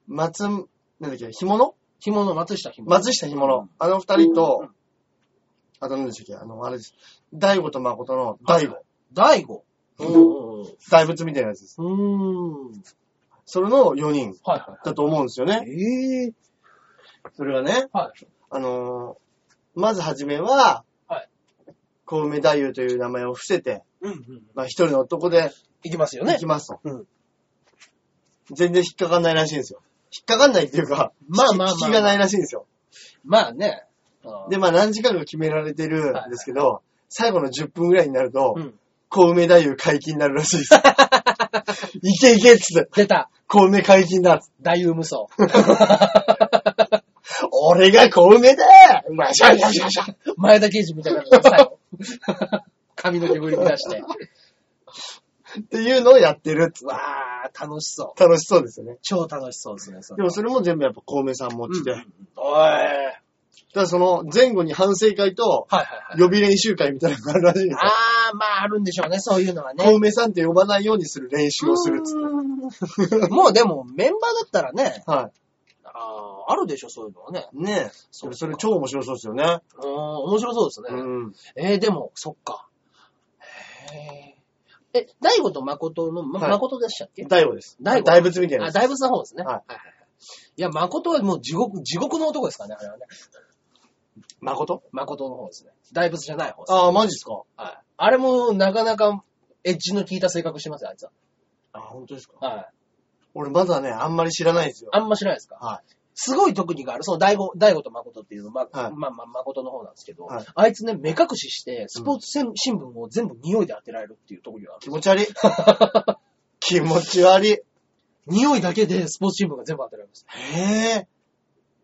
[SPEAKER 1] 松、なんだっけ、干物
[SPEAKER 2] 着物、松下着物。
[SPEAKER 1] 松下干
[SPEAKER 2] う
[SPEAKER 1] 物
[SPEAKER 2] ん。
[SPEAKER 1] あの二人と、あと何でしたっけ、あの、あれです。大悟と誠の大悟。
[SPEAKER 2] 大悟。う
[SPEAKER 1] 大仏みたいなやつです。
[SPEAKER 2] ーん。
[SPEAKER 1] それの4人
[SPEAKER 2] はいは
[SPEAKER 1] だと思うんですよね。
[SPEAKER 2] ええ
[SPEAKER 1] それがね、
[SPEAKER 2] はい。
[SPEAKER 1] あのーまずはじめは
[SPEAKER 2] はい、
[SPEAKER 1] 小梅太夫という名前を伏せて、
[SPEAKER 2] うんうん。
[SPEAKER 1] まあ一人の男で
[SPEAKER 2] いきますよ
[SPEAKER 1] 行
[SPEAKER 2] ね
[SPEAKER 1] き。ますと。
[SPEAKER 2] うん
[SPEAKER 1] 全然引っかかんないらしいんですよ。引っかかんないっていうか、
[SPEAKER 2] まあまあまあ
[SPEAKER 1] 引きがないらしいんですよ。
[SPEAKER 2] まあね。
[SPEAKER 1] で、まあ何時間か決められてるんですけど、最後の10分ぐらいになると、
[SPEAKER 2] うん
[SPEAKER 1] 小梅太夫解禁になるらしいです。 いけいけっつって、
[SPEAKER 2] 出た。
[SPEAKER 1] 小梅解禁だっつって、
[SPEAKER 2] 大無 双。
[SPEAKER 1] 俺が小梅だよわしゃわしゃわしゃわしゃ
[SPEAKER 2] 前田刑事みたいなのが最後。髪の毛振り出して。
[SPEAKER 1] っていうのをやってるっつって
[SPEAKER 2] わー、楽しそう。
[SPEAKER 1] 楽しそうですよね。
[SPEAKER 2] 超楽しそうですね、そ
[SPEAKER 1] で
[SPEAKER 2] れ
[SPEAKER 1] もそれも全部やっぱ小梅さん持ちで。
[SPEAKER 2] うん
[SPEAKER 1] だか
[SPEAKER 2] おい。はい
[SPEAKER 1] らその前後に反省会と
[SPEAKER 2] はいはい。
[SPEAKER 1] 予備練習会みたいなのがあるらしいんですよ。
[SPEAKER 2] あー、まああるんでしょうね、そういうのはね。
[SPEAKER 1] 小梅さんって呼ばないようにする練習をするっつっ
[SPEAKER 2] うーんもうでも、メンバーだったら
[SPEAKER 1] て。
[SPEAKER 2] ね、
[SPEAKER 1] は
[SPEAKER 2] あーあるでしょ、そういうのはね。
[SPEAKER 1] い。ねえ。そ
[SPEAKER 2] そう
[SPEAKER 1] れ
[SPEAKER 2] か
[SPEAKER 1] それ超面白そうですよね。
[SPEAKER 2] うーん、面白そうですね。
[SPEAKER 1] うん。
[SPEAKER 2] えー、でも、そっか。へーえ、大悟と誠の、ま、
[SPEAKER 1] はい
[SPEAKER 2] 誠でしたっけ、
[SPEAKER 1] 大悟です。
[SPEAKER 2] 大悟
[SPEAKER 1] 大仏みたいな
[SPEAKER 2] あ、
[SPEAKER 1] やつ。
[SPEAKER 2] 大仏の方ですね。
[SPEAKER 1] はい
[SPEAKER 2] いはい。いや、誠はもう地獄、地獄の男ですからね、あれはね。
[SPEAKER 1] 誠
[SPEAKER 2] 誠の方ですね。大仏じゃない方です、
[SPEAKER 1] ああ、マジですか
[SPEAKER 2] はい。あれも、なかなか、エッジの効いた性格してますよ、あいつは。
[SPEAKER 1] あ、本当ですか
[SPEAKER 2] はい。
[SPEAKER 1] 俺まだね、あんまり知らないんですよ。
[SPEAKER 2] あんま知らないですか
[SPEAKER 1] は
[SPEAKER 2] すごい特技がある。その、大悟、大悟と誠っていう、ま、
[SPEAKER 1] はい
[SPEAKER 2] まあまあ、誠の方なんですけど、
[SPEAKER 1] はい
[SPEAKER 2] あいつね、目隠しして、スポーツせん新聞を全部匂いで当てられるっていう特技がある。
[SPEAKER 1] 気持ち 悪い。気持ち悪い。へ
[SPEAKER 2] 匂いだけでスポーツ新聞が全部当てられます。
[SPEAKER 1] え。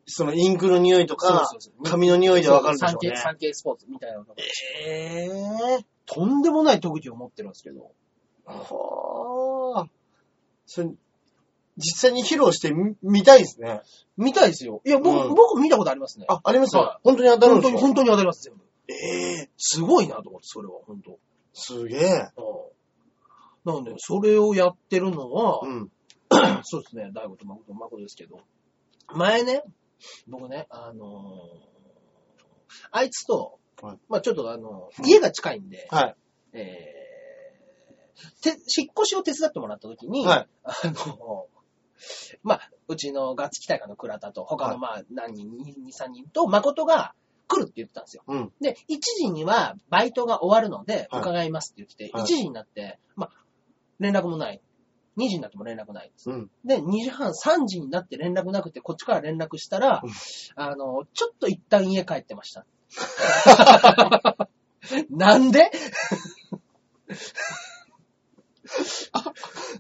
[SPEAKER 1] そのインクの匂いとか、
[SPEAKER 2] そうそうそう
[SPEAKER 1] 紙の匂いでわかるんでし
[SPEAKER 2] 産
[SPEAKER 1] ょう
[SPEAKER 2] 経、
[SPEAKER 1] ね。
[SPEAKER 2] 産経スポーツみたいなのが
[SPEAKER 1] ええ
[SPEAKER 2] とんでもない特技を持ってるんですけど、
[SPEAKER 1] はあ。それ、実際に披露してみ見たいですね。
[SPEAKER 2] 見たいですよ。いや、僕、
[SPEAKER 1] うん
[SPEAKER 2] 僕見たことありますね。
[SPEAKER 1] あ、ありますか
[SPEAKER 2] は
[SPEAKER 1] 本当に当たるんで
[SPEAKER 2] 本当
[SPEAKER 1] す
[SPEAKER 2] に、
[SPEAKER 1] か
[SPEAKER 2] 本当に当たります、全部。
[SPEAKER 1] ええ
[SPEAKER 2] すごいなと思って、それは、本当。
[SPEAKER 1] すげえ。
[SPEAKER 2] うん。なんで、それをやってるのは、
[SPEAKER 1] うん。
[SPEAKER 2] そうですね、大悟と誠、誠ですけど、前ね、僕ね、あのーあいつと、
[SPEAKER 1] はい
[SPEAKER 2] まあちょっとあの、家が近いんで、
[SPEAKER 1] はい。
[SPEAKER 2] えー、て、引っ越しを手伝ってもらった時に、
[SPEAKER 1] はい
[SPEAKER 2] あの、まあ、うちのガッツキ大会の倉田と、他
[SPEAKER 1] は
[SPEAKER 2] の
[SPEAKER 1] い
[SPEAKER 2] まあ、何人、2、3人と、誠が来るって言ってたんですよ。
[SPEAKER 1] うん。
[SPEAKER 2] で、1時にはバイトが終わるので、
[SPEAKER 1] はい
[SPEAKER 2] 伺いますって言って、
[SPEAKER 1] はい
[SPEAKER 2] 1時になって、まあ、連絡もない。2時になっても連絡ない。
[SPEAKER 1] うん。
[SPEAKER 2] で、2時半、3時になって連絡なくて、こっちから連絡したら
[SPEAKER 1] うん、
[SPEAKER 2] あの、ちょっと一旦家帰ってま した。なんで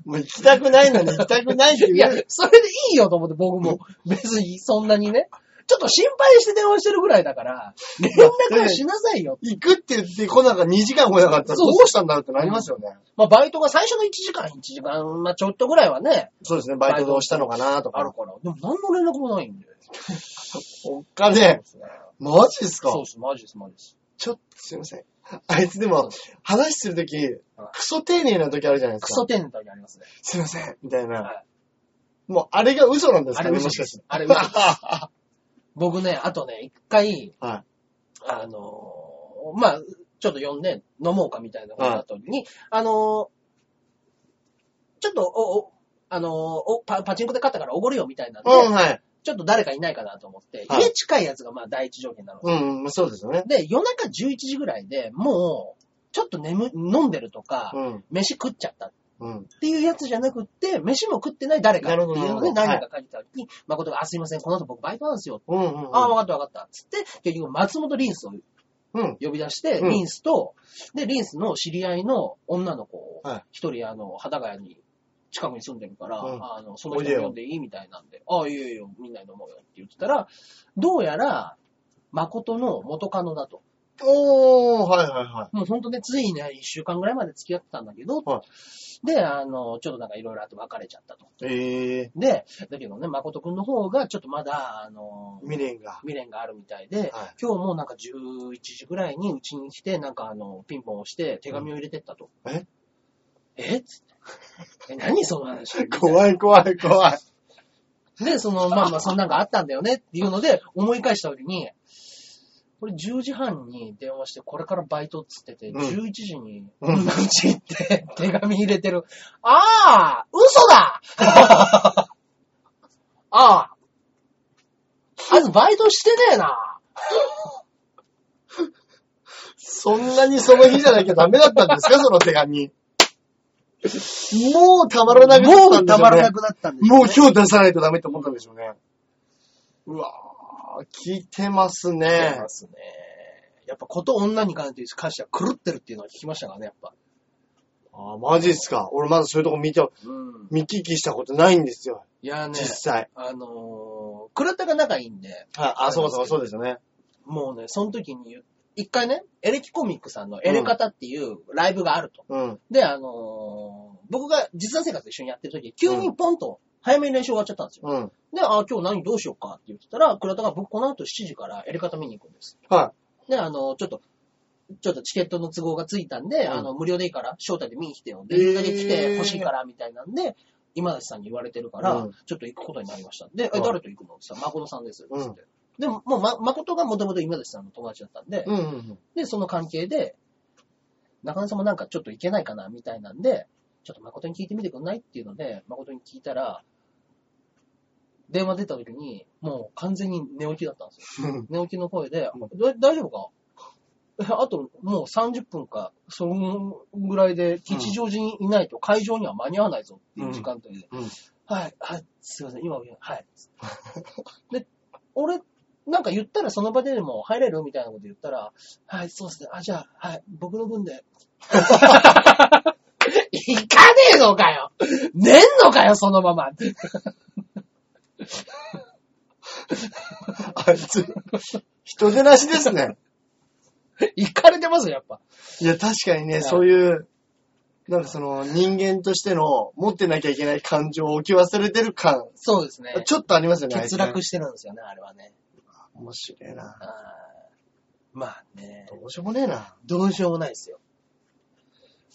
[SPEAKER 1] もう行きたくないのに行きたくないって
[SPEAKER 2] い
[SPEAKER 1] 言
[SPEAKER 2] や
[SPEAKER 1] う。、
[SPEAKER 2] それでいいよと思って、僕も。別に、そんなにね。ちょっと心配して電話してるぐらいだから、連絡はしなさいよ。
[SPEAKER 1] 行くって言ってこなか2時間来なかったらど
[SPEAKER 2] そう
[SPEAKER 1] うしたんだろうってなりますよね。
[SPEAKER 2] まあ、バイトが最初の1時間、1時間、まあ、ちょっとぐらいはね、
[SPEAKER 1] そうですね、バイトどうしたのかなと
[SPEAKER 2] ある
[SPEAKER 1] か。
[SPEAKER 2] から。でも、何の連絡もないんで。
[SPEAKER 1] お金、マジですか
[SPEAKER 2] そうです、マジです、マジです。
[SPEAKER 1] ちょっとすいません。あいつでも、話するとき、クソ丁寧なときあるじゃないですか。
[SPEAKER 2] クソ丁寧な時ありますね。
[SPEAKER 1] すいません、みたいな。
[SPEAKER 2] は
[SPEAKER 1] もう、あれが嘘なんです
[SPEAKER 2] あ
[SPEAKER 1] か
[SPEAKER 2] れ
[SPEAKER 1] ね、
[SPEAKER 2] 嘘
[SPEAKER 1] も
[SPEAKER 2] で
[SPEAKER 1] しかし
[SPEAKER 2] す
[SPEAKER 1] て。。
[SPEAKER 2] あれ嘘です。
[SPEAKER 1] は
[SPEAKER 2] 僕ね、あとね、一回、
[SPEAKER 1] い。は
[SPEAKER 2] あのーまあ、ちょっと呼んで飲もうかみたいなことだった時に、あのーちょっと、お、お、あのーおパ、パチンコで勝ったからおごるよみたいなん で、
[SPEAKER 1] うん、はい。
[SPEAKER 2] ちょっと誰かいないかなと思って、
[SPEAKER 1] はい
[SPEAKER 2] 家近いやつがまあ第一条件なので、
[SPEAKER 1] うん、うんそうですよね。
[SPEAKER 2] で、夜中11時ぐらいでもう、ちょっと眠、飲んでるとか、
[SPEAKER 1] うん、
[SPEAKER 2] 飯食っちゃったっ
[SPEAKER 1] うん。
[SPEAKER 2] ていうやつじゃなくって、飯も食ってない誰かって
[SPEAKER 1] なる
[SPEAKER 2] いう
[SPEAKER 1] ほ
[SPEAKER 2] の
[SPEAKER 1] ど
[SPEAKER 2] で、
[SPEAKER 1] なるほど
[SPEAKER 2] 何人か書いてた時に、誠が、あ、すいません、この後僕バイトなんですよ。
[SPEAKER 1] うん、うん。
[SPEAKER 2] ああ、わかったわかった。つって、結局松本リンスを
[SPEAKER 1] うん。
[SPEAKER 2] 呼び出して、
[SPEAKER 1] うん
[SPEAKER 2] リンスと、で、リンスの知り合いの女の子を
[SPEAKER 1] はい、
[SPEAKER 2] 一人、あの、幡ヶ谷に、近くに住んでるから、
[SPEAKER 1] うん
[SPEAKER 2] あの、その人呼んでいいみたいなんで、ああ、いいよいいよ、みんなに飲もうよって言ってたら、どうやら、誠の元カノだと。
[SPEAKER 1] おー、はい、はい、は
[SPEAKER 2] もうほんとね、ついね、一週間ぐらいまで付き合ってたんだけど、
[SPEAKER 1] は
[SPEAKER 2] で、あの、ちょっとなんかいろいろあって別れちゃったと。
[SPEAKER 1] い。ええ
[SPEAKER 2] で、だけどね、誠くんの方が、ちょっとまだ、あの
[SPEAKER 1] ー、、未練が。
[SPEAKER 2] 未練があるみたいで、
[SPEAKER 1] はい
[SPEAKER 2] 今日もなんか11時ぐらいにうちに来て、なんかあの、ピンポン押して手紙を入れてったと。
[SPEAKER 1] え
[SPEAKER 2] えっつって。え、何その話
[SPEAKER 1] 怖い、怖い、怖い。
[SPEAKER 2] で、その、まあまあ、そんなんがあったんだよねっていうので、思い返した時に、これ10時半に電話して、これからバイトっつってて、
[SPEAKER 1] うん
[SPEAKER 2] 11時に、
[SPEAKER 1] う
[SPEAKER 2] うんん、うち行って、 手紙入れてる。ああ嘘だ あああいつバイトしてねえな
[SPEAKER 1] そんなにその日じゃなきゃダメだったんですか、その手紙。もうたまらなくな
[SPEAKER 2] も
[SPEAKER 1] った
[SPEAKER 2] うん
[SPEAKER 1] でしょ
[SPEAKER 2] た
[SPEAKER 1] うね
[SPEAKER 2] まらなくなったんです
[SPEAKER 1] もう今日出さないとダメって思ったんでしょうね。うわぁ、聞いてます
[SPEAKER 2] や
[SPEAKER 1] ね
[SPEAKER 2] ま。すね。やっぱこと女に関しては狂ってるっていうのは聞きましたからね、やっぱ。
[SPEAKER 1] あマジっすか。俺まだそういうとこ見て、
[SPEAKER 2] うん。
[SPEAKER 1] 見聞きしたことないんですよ。
[SPEAKER 2] いやね、
[SPEAKER 1] 実際。
[SPEAKER 2] あのー、倉田が仲いいんで、
[SPEAKER 1] はい、あ、そうそう、そうですよね。
[SPEAKER 2] もうね、その時に言う一回ね、エレキコミックさんのエレカタっていうライブがあると。
[SPEAKER 1] うん。
[SPEAKER 2] で、あのー僕が実弾生活で一緒にやってる時、急にポンと早めに練習終わっちゃったんですよ。
[SPEAKER 1] うん。
[SPEAKER 2] で、あー、今日何どうしようかって言ってたら、倉田が僕この後7時からエレカタ見に行くんです。
[SPEAKER 1] は
[SPEAKER 2] で、あのーちょっと、ちょっとチケットの都合がついたんで、
[SPEAKER 1] うん
[SPEAKER 2] あの、無料でいいから、招待で見に来てよ。
[SPEAKER 1] へ
[SPEAKER 2] で、
[SPEAKER 1] ー
[SPEAKER 2] 一回で来て欲しいから、みたいなんで、今田さんに言われてるから、
[SPEAKER 1] うん
[SPEAKER 2] ちょっと行くことになりました。で、え
[SPEAKER 1] うん
[SPEAKER 2] 誰と行くのって言ったら、誠さんです。
[SPEAKER 1] うん
[SPEAKER 2] つって。でも、もう、ま、誠がもともと今田さんの友達だったんで
[SPEAKER 1] い。、うんうん。
[SPEAKER 2] で、その関係で、中根さんもなんかちょっといけないかな、みたいなんで、ちょっと誠に聞いてみてくんないっていうので、誠に聞いたら、電話出た時に、もう完全に寝起きだったんですよ。
[SPEAKER 1] うん
[SPEAKER 2] 寝起きの声で、
[SPEAKER 1] う
[SPEAKER 2] だ大丈夫か えあともう30分か、そのぐらいで吉祥寺にいないと会場には間に合わないぞっていう時間帯で、
[SPEAKER 1] うんうん
[SPEAKER 2] はい、はい、すいません、今、はい。 で、俺、なんか言ったらその場ででも入れるみたいなこと言ったら、はい、そうですね。あ、じゃあ、はい、僕の分で。行かねえのかよ寝んのかよ、そのま ま
[SPEAKER 1] あいつ、人出なしですね。
[SPEAKER 2] 行かれてますよ、やっぱ。
[SPEAKER 1] いや、確かにね、そういう、なんかその人間としての持ってなきゃいけない感情を置き忘れてる感、
[SPEAKER 2] そうですね。
[SPEAKER 1] ちょっとありますよね、あいつ
[SPEAKER 2] 欠
[SPEAKER 1] ね
[SPEAKER 2] 落してるんですよね、あれはね。
[SPEAKER 1] 面白いな。
[SPEAKER 2] あーまあね、
[SPEAKER 1] どうしようもねえな。
[SPEAKER 2] どうしようもないですよ。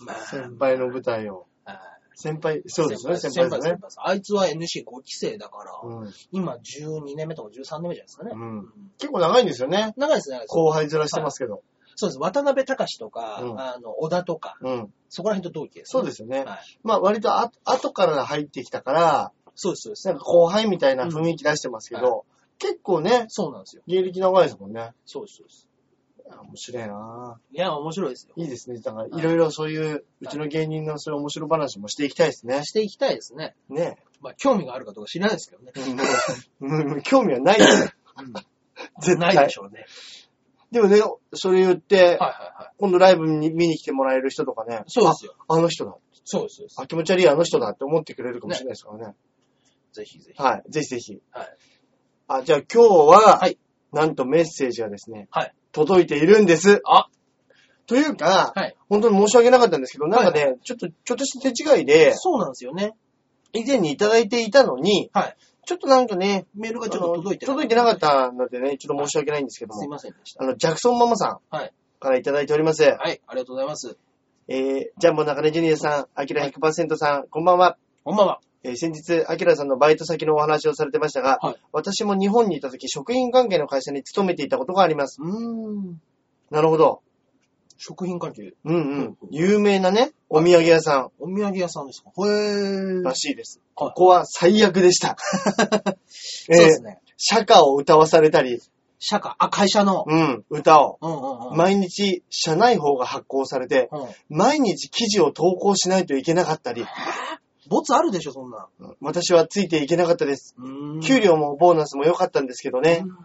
[SPEAKER 2] まあ、
[SPEAKER 1] 先輩の舞台を。
[SPEAKER 2] あー
[SPEAKER 1] 先輩、そうですね、先輩ですね
[SPEAKER 2] 先。ですあいつは NC5 期生だから、
[SPEAKER 1] うん
[SPEAKER 2] 今12年目とか13年目じゃないですかね。
[SPEAKER 1] うん
[SPEAKER 2] ん
[SPEAKER 1] 結構長いんですよね。
[SPEAKER 2] 長いですね、長いです
[SPEAKER 1] 後輩ずらしてますけど。
[SPEAKER 2] そうです。渡辺隆とか、
[SPEAKER 1] うん
[SPEAKER 2] あの、小田とか、
[SPEAKER 1] うん。
[SPEAKER 2] そこら辺と同期です、
[SPEAKER 1] そうですよね。
[SPEAKER 2] はい。
[SPEAKER 1] まあ割とあ後から入ってきたから、
[SPEAKER 2] そうです、そうです。
[SPEAKER 1] なんか後輩みたいな雰囲気出してますけど、結構ね、
[SPEAKER 2] そうなんですよ。
[SPEAKER 1] 芸歴長いですもんね。
[SPEAKER 2] そうです、そうです。
[SPEAKER 1] あ面白いない
[SPEAKER 2] や、面白いですよ。
[SPEAKER 1] いいですね。だから、
[SPEAKER 2] はい
[SPEAKER 1] いろいろそういう、うちの芸人のそういう面白話もしていきたいですね。
[SPEAKER 2] していきたいですね。
[SPEAKER 1] ね。
[SPEAKER 2] まあ、興味があるかどうか知らないですけどね。
[SPEAKER 1] うんうん興味はないです。絶
[SPEAKER 2] な
[SPEAKER 1] 対。
[SPEAKER 2] いでしょうね。
[SPEAKER 1] でもね、それ言って、
[SPEAKER 2] はいはいはい。
[SPEAKER 1] 今度ライブに見に来てもらえる人とかね、
[SPEAKER 2] そうですよ。
[SPEAKER 1] ああの人だ。
[SPEAKER 2] そうです、そうです。
[SPEAKER 1] あ、気持ち悪いあの人だって思ってくれるかもしれないですからね。
[SPEAKER 2] ぜひぜひ。
[SPEAKER 1] はい。ぜひぜひ。
[SPEAKER 2] はい。
[SPEAKER 1] あ、じゃあ今日は、
[SPEAKER 2] はい
[SPEAKER 1] なんとメッセージがですね、
[SPEAKER 2] はい
[SPEAKER 1] 届いているんです。
[SPEAKER 2] あ
[SPEAKER 1] というか、
[SPEAKER 2] はい
[SPEAKER 1] 本当に申し訳なかったんですけど、なんかね、
[SPEAKER 2] は
[SPEAKER 1] ちょっと、ちょっとした手違いで、
[SPEAKER 2] そうなんですよね。
[SPEAKER 1] 以前にいただいていたのに、
[SPEAKER 2] はい。
[SPEAKER 1] ちょっとなんかね、
[SPEAKER 2] メールがちょっと届いて
[SPEAKER 1] あの届いてなかったのでね、ちょっと申し訳ないんですけど
[SPEAKER 2] すい
[SPEAKER 1] も、
[SPEAKER 2] ませんでした。
[SPEAKER 1] あの、ジャクソンママさん
[SPEAKER 2] はい。
[SPEAKER 1] からいただいております。
[SPEAKER 2] はい、ありがとうございます。
[SPEAKER 1] えー、ジャンボ中根ジュニアさん、アキラ100%さん、こんばんは。
[SPEAKER 2] こんばんは。
[SPEAKER 1] えー先日、アキラさんのバイト先のお話をされてましたが、
[SPEAKER 2] はい
[SPEAKER 1] 私も日本にいた時、食品関係の会社に勤めていたことがあります。
[SPEAKER 2] うーん。
[SPEAKER 1] なるほど。
[SPEAKER 2] 食品関係、
[SPEAKER 1] うんう
[SPEAKER 2] うん
[SPEAKER 1] ん。有名なね、お土産屋さ
[SPEAKER 2] お土産屋さんですかへぇ
[SPEAKER 1] んらしいです。こ
[SPEAKER 2] はい
[SPEAKER 1] こは最悪で した。
[SPEAKER 2] そうです
[SPEAKER 1] えー
[SPEAKER 2] ね。
[SPEAKER 1] 社歌を歌わされたり、
[SPEAKER 2] 社会、あ、会社の。
[SPEAKER 1] うん、歌を。
[SPEAKER 2] うんうんうん。
[SPEAKER 1] 毎日、社内法が発行されて、
[SPEAKER 2] うん
[SPEAKER 1] 毎日記事を投稿しないといけなかったり、
[SPEAKER 2] ボツあるでしょ、そんな。
[SPEAKER 1] 私はついていけなかったです。
[SPEAKER 2] うーん
[SPEAKER 1] 給料もボーナスも良かったんですけどね
[SPEAKER 2] うん、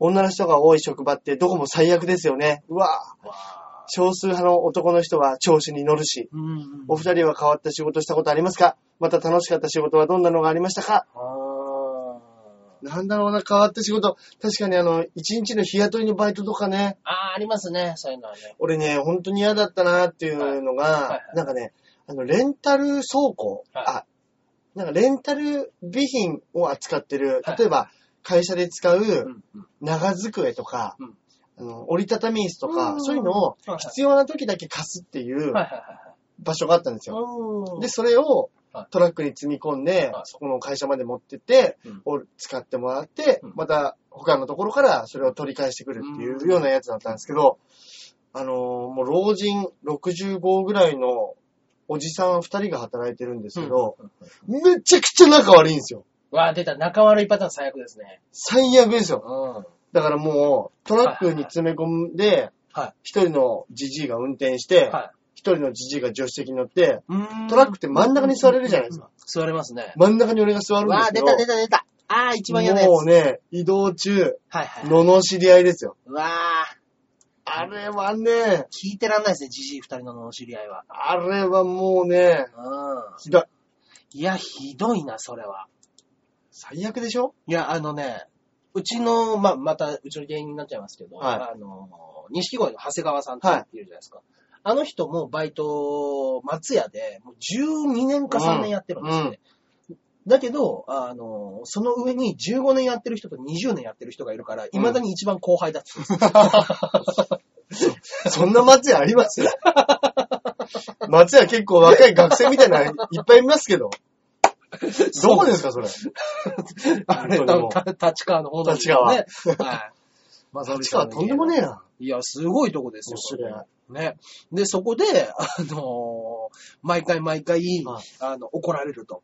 [SPEAKER 1] 女の人が多い職場ってどこも最悪ですよね。うわぁ。
[SPEAKER 2] わあ
[SPEAKER 1] 少数派の男の人は調子に乗るし、
[SPEAKER 2] うんうん。
[SPEAKER 1] お二人は変わった仕事したことありますかまた楽しかった仕事はどんなのがありましたか
[SPEAKER 2] あー
[SPEAKER 1] なんだろうな、変わった仕事。確かにあの、一日の日雇いのバイトとかね、
[SPEAKER 2] あー、ありますね、そういうのはね。
[SPEAKER 1] 俺ね、本当に嫌だったなっていうのが、
[SPEAKER 2] はいはい
[SPEAKER 1] なんかね、あの、レンタル倉庫、
[SPEAKER 2] はい
[SPEAKER 1] あ、なんかレンタル備品を扱ってる
[SPEAKER 2] は、い
[SPEAKER 1] 例えば会社で使
[SPEAKER 2] う
[SPEAKER 1] うん
[SPEAKER 2] うん。
[SPEAKER 1] 長机とか、
[SPEAKER 2] うん
[SPEAKER 1] あの折りたたみ椅子とか、
[SPEAKER 2] うん
[SPEAKER 1] そういうのを
[SPEAKER 2] はいはい
[SPEAKER 1] 必要な時だけ貸すっていう
[SPEAKER 2] はいはいはい
[SPEAKER 1] 場所があったんですよ。
[SPEAKER 2] はい。
[SPEAKER 1] で、それを
[SPEAKER 2] はい
[SPEAKER 1] トラックに積み込んで、
[SPEAKER 2] はい
[SPEAKER 1] そこの会社まで持ってって、
[SPEAKER 2] うん
[SPEAKER 1] お使ってもらって、
[SPEAKER 2] うん
[SPEAKER 1] また他のところからそれを取り返してくるっていうようなやつだったんですけど、あのーもう老人65ぐらいのおじさん2人が働いてるんですけど、
[SPEAKER 2] うんうんうん
[SPEAKER 1] めちゃくちゃ仲悪いんですよ。
[SPEAKER 2] わあ、出た。仲悪いパターン最悪ですね。
[SPEAKER 1] 最悪ですよ。
[SPEAKER 2] うん。
[SPEAKER 1] だからもうトラックに詰め込んで、
[SPEAKER 2] は
[SPEAKER 1] 1人のじじいが運転して、
[SPEAKER 2] い。
[SPEAKER 1] 1
[SPEAKER 2] は
[SPEAKER 1] 人のじじいが助手席に乗って、
[SPEAKER 2] い。
[SPEAKER 1] トラックって真ん中に座れるじゃないですか。
[SPEAKER 2] 座れますね。
[SPEAKER 1] 真ん中に俺が座るんで
[SPEAKER 2] わ
[SPEAKER 1] す
[SPEAKER 2] あ、
[SPEAKER 1] け
[SPEAKER 2] 出
[SPEAKER 1] ど、
[SPEAKER 2] た出た出た。ああ、一番嫌なやつ。
[SPEAKER 1] もうね、移動中、
[SPEAKER 2] はいはい。
[SPEAKER 1] のの知り合いですよ。
[SPEAKER 2] うわあ、
[SPEAKER 1] あれはね、
[SPEAKER 2] 聞いてらんないですね、じじい二人のお知り合いは。
[SPEAKER 1] あれはもうね、
[SPEAKER 2] うん。
[SPEAKER 1] ひどい。
[SPEAKER 2] いや、ひどいな、それは。
[SPEAKER 1] 最悪でしょ
[SPEAKER 2] いや、あのね、うちの、まあ、また、うちの芸人になっちゃいますけど、
[SPEAKER 1] は
[SPEAKER 2] あの、錦鯉の長谷川さんって言ってるじゃないですか。あの人もバイト、松屋で、もう12年か3年やってるんですよね。だけど、あの、その上に15年やってる人と20年やってる人がいるから、未だに一番後輩だ って言うんですよ。
[SPEAKER 1] そんな松屋あります 松屋結構若い学生みたいなのいっぱいいますけど。どこですか、それ。
[SPEAKER 2] あれ、
[SPEAKER 1] 本当にもう
[SPEAKER 2] た立川の方なんですよね。立川。はい。ま
[SPEAKER 1] 立川とんでもねえな。
[SPEAKER 2] いや、すごいとこですよ。
[SPEAKER 1] 面
[SPEAKER 2] これね。で、そこで、あのー毎回毎回、
[SPEAKER 1] はい
[SPEAKER 2] あの、怒られると。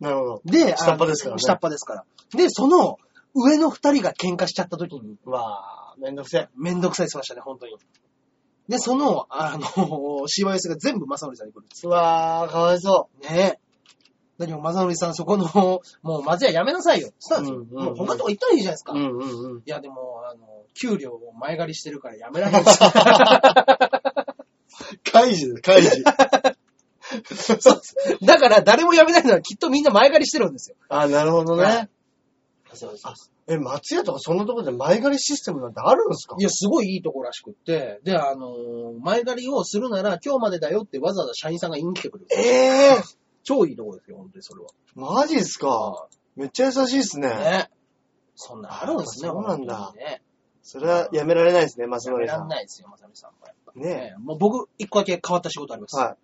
[SPEAKER 1] なるほど。下
[SPEAKER 2] で、
[SPEAKER 1] っ端
[SPEAKER 2] あの
[SPEAKER 1] ですからね
[SPEAKER 2] 下っ端ですから。で、その、上の二人が喧嘩しちゃった時に、
[SPEAKER 1] うわあ、めんどくせえ。
[SPEAKER 2] めんどくさいしましたね、本当に。で、その、あの ー、CYS が全部正則さんに来るんです
[SPEAKER 1] うわあ、かわいそ
[SPEAKER 2] ねえ。だけど、正則さん、そこの、 もう、松屋やめなさいよ。したんですよ。
[SPEAKER 1] うんうんうん
[SPEAKER 2] もう他のとこ行ったらいいじゃないですか。
[SPEAKER 1] う。うんうん うん。
[SPEAKER 2] いや、でも、あの、給料を前借りしてるからやめられ ないです。
[SPEAKER 1] 開示です、 開示。
[SPEAKER 2] だから、誰も辞めないのはきっとみんな前借りしてるんですよ。
[SPEAKER 1] あ、なるほど
[SPEAKER 2] は
[SPEAKER 1] ね
[SPEAKER 2] い。そうです。
[SPEAKER 1] え、松屋とかそんなところで前借りシステムなんてあるんですか
[SPEAKER 2] いや、すごいいいとこらしくって、で、あのー前借りをするなら今日までだよってわざわざ社員さんが言いに来てくれる。
[SPEAKER 1] ええ
[SPEAKER 2] 超いいとこですよ、本当にそれは。
[SPEAKER 1] マジっすか。めっちゃ優しいっすね。
[SPEAKER 2] ね。そんなあるんですね、
[SPEAKER 1] そうなんだ
[SPEAKER 2] 本当にね。
[SPEAKER 1] それはやめられないですね、松
[SPEAKER 2] やめ
[SPEAKER 1] 森さ
[SPEAKER 2] らん
[SPEAKER 1] ん。
[SPEAKER 2] ないですよ、まさみさんもやっぱ。
[SPEAKER 1] ね
[SPEAKER 2] ねもう僕、一個だけ変わった仕事あります。
[SPEAKER 1] は。、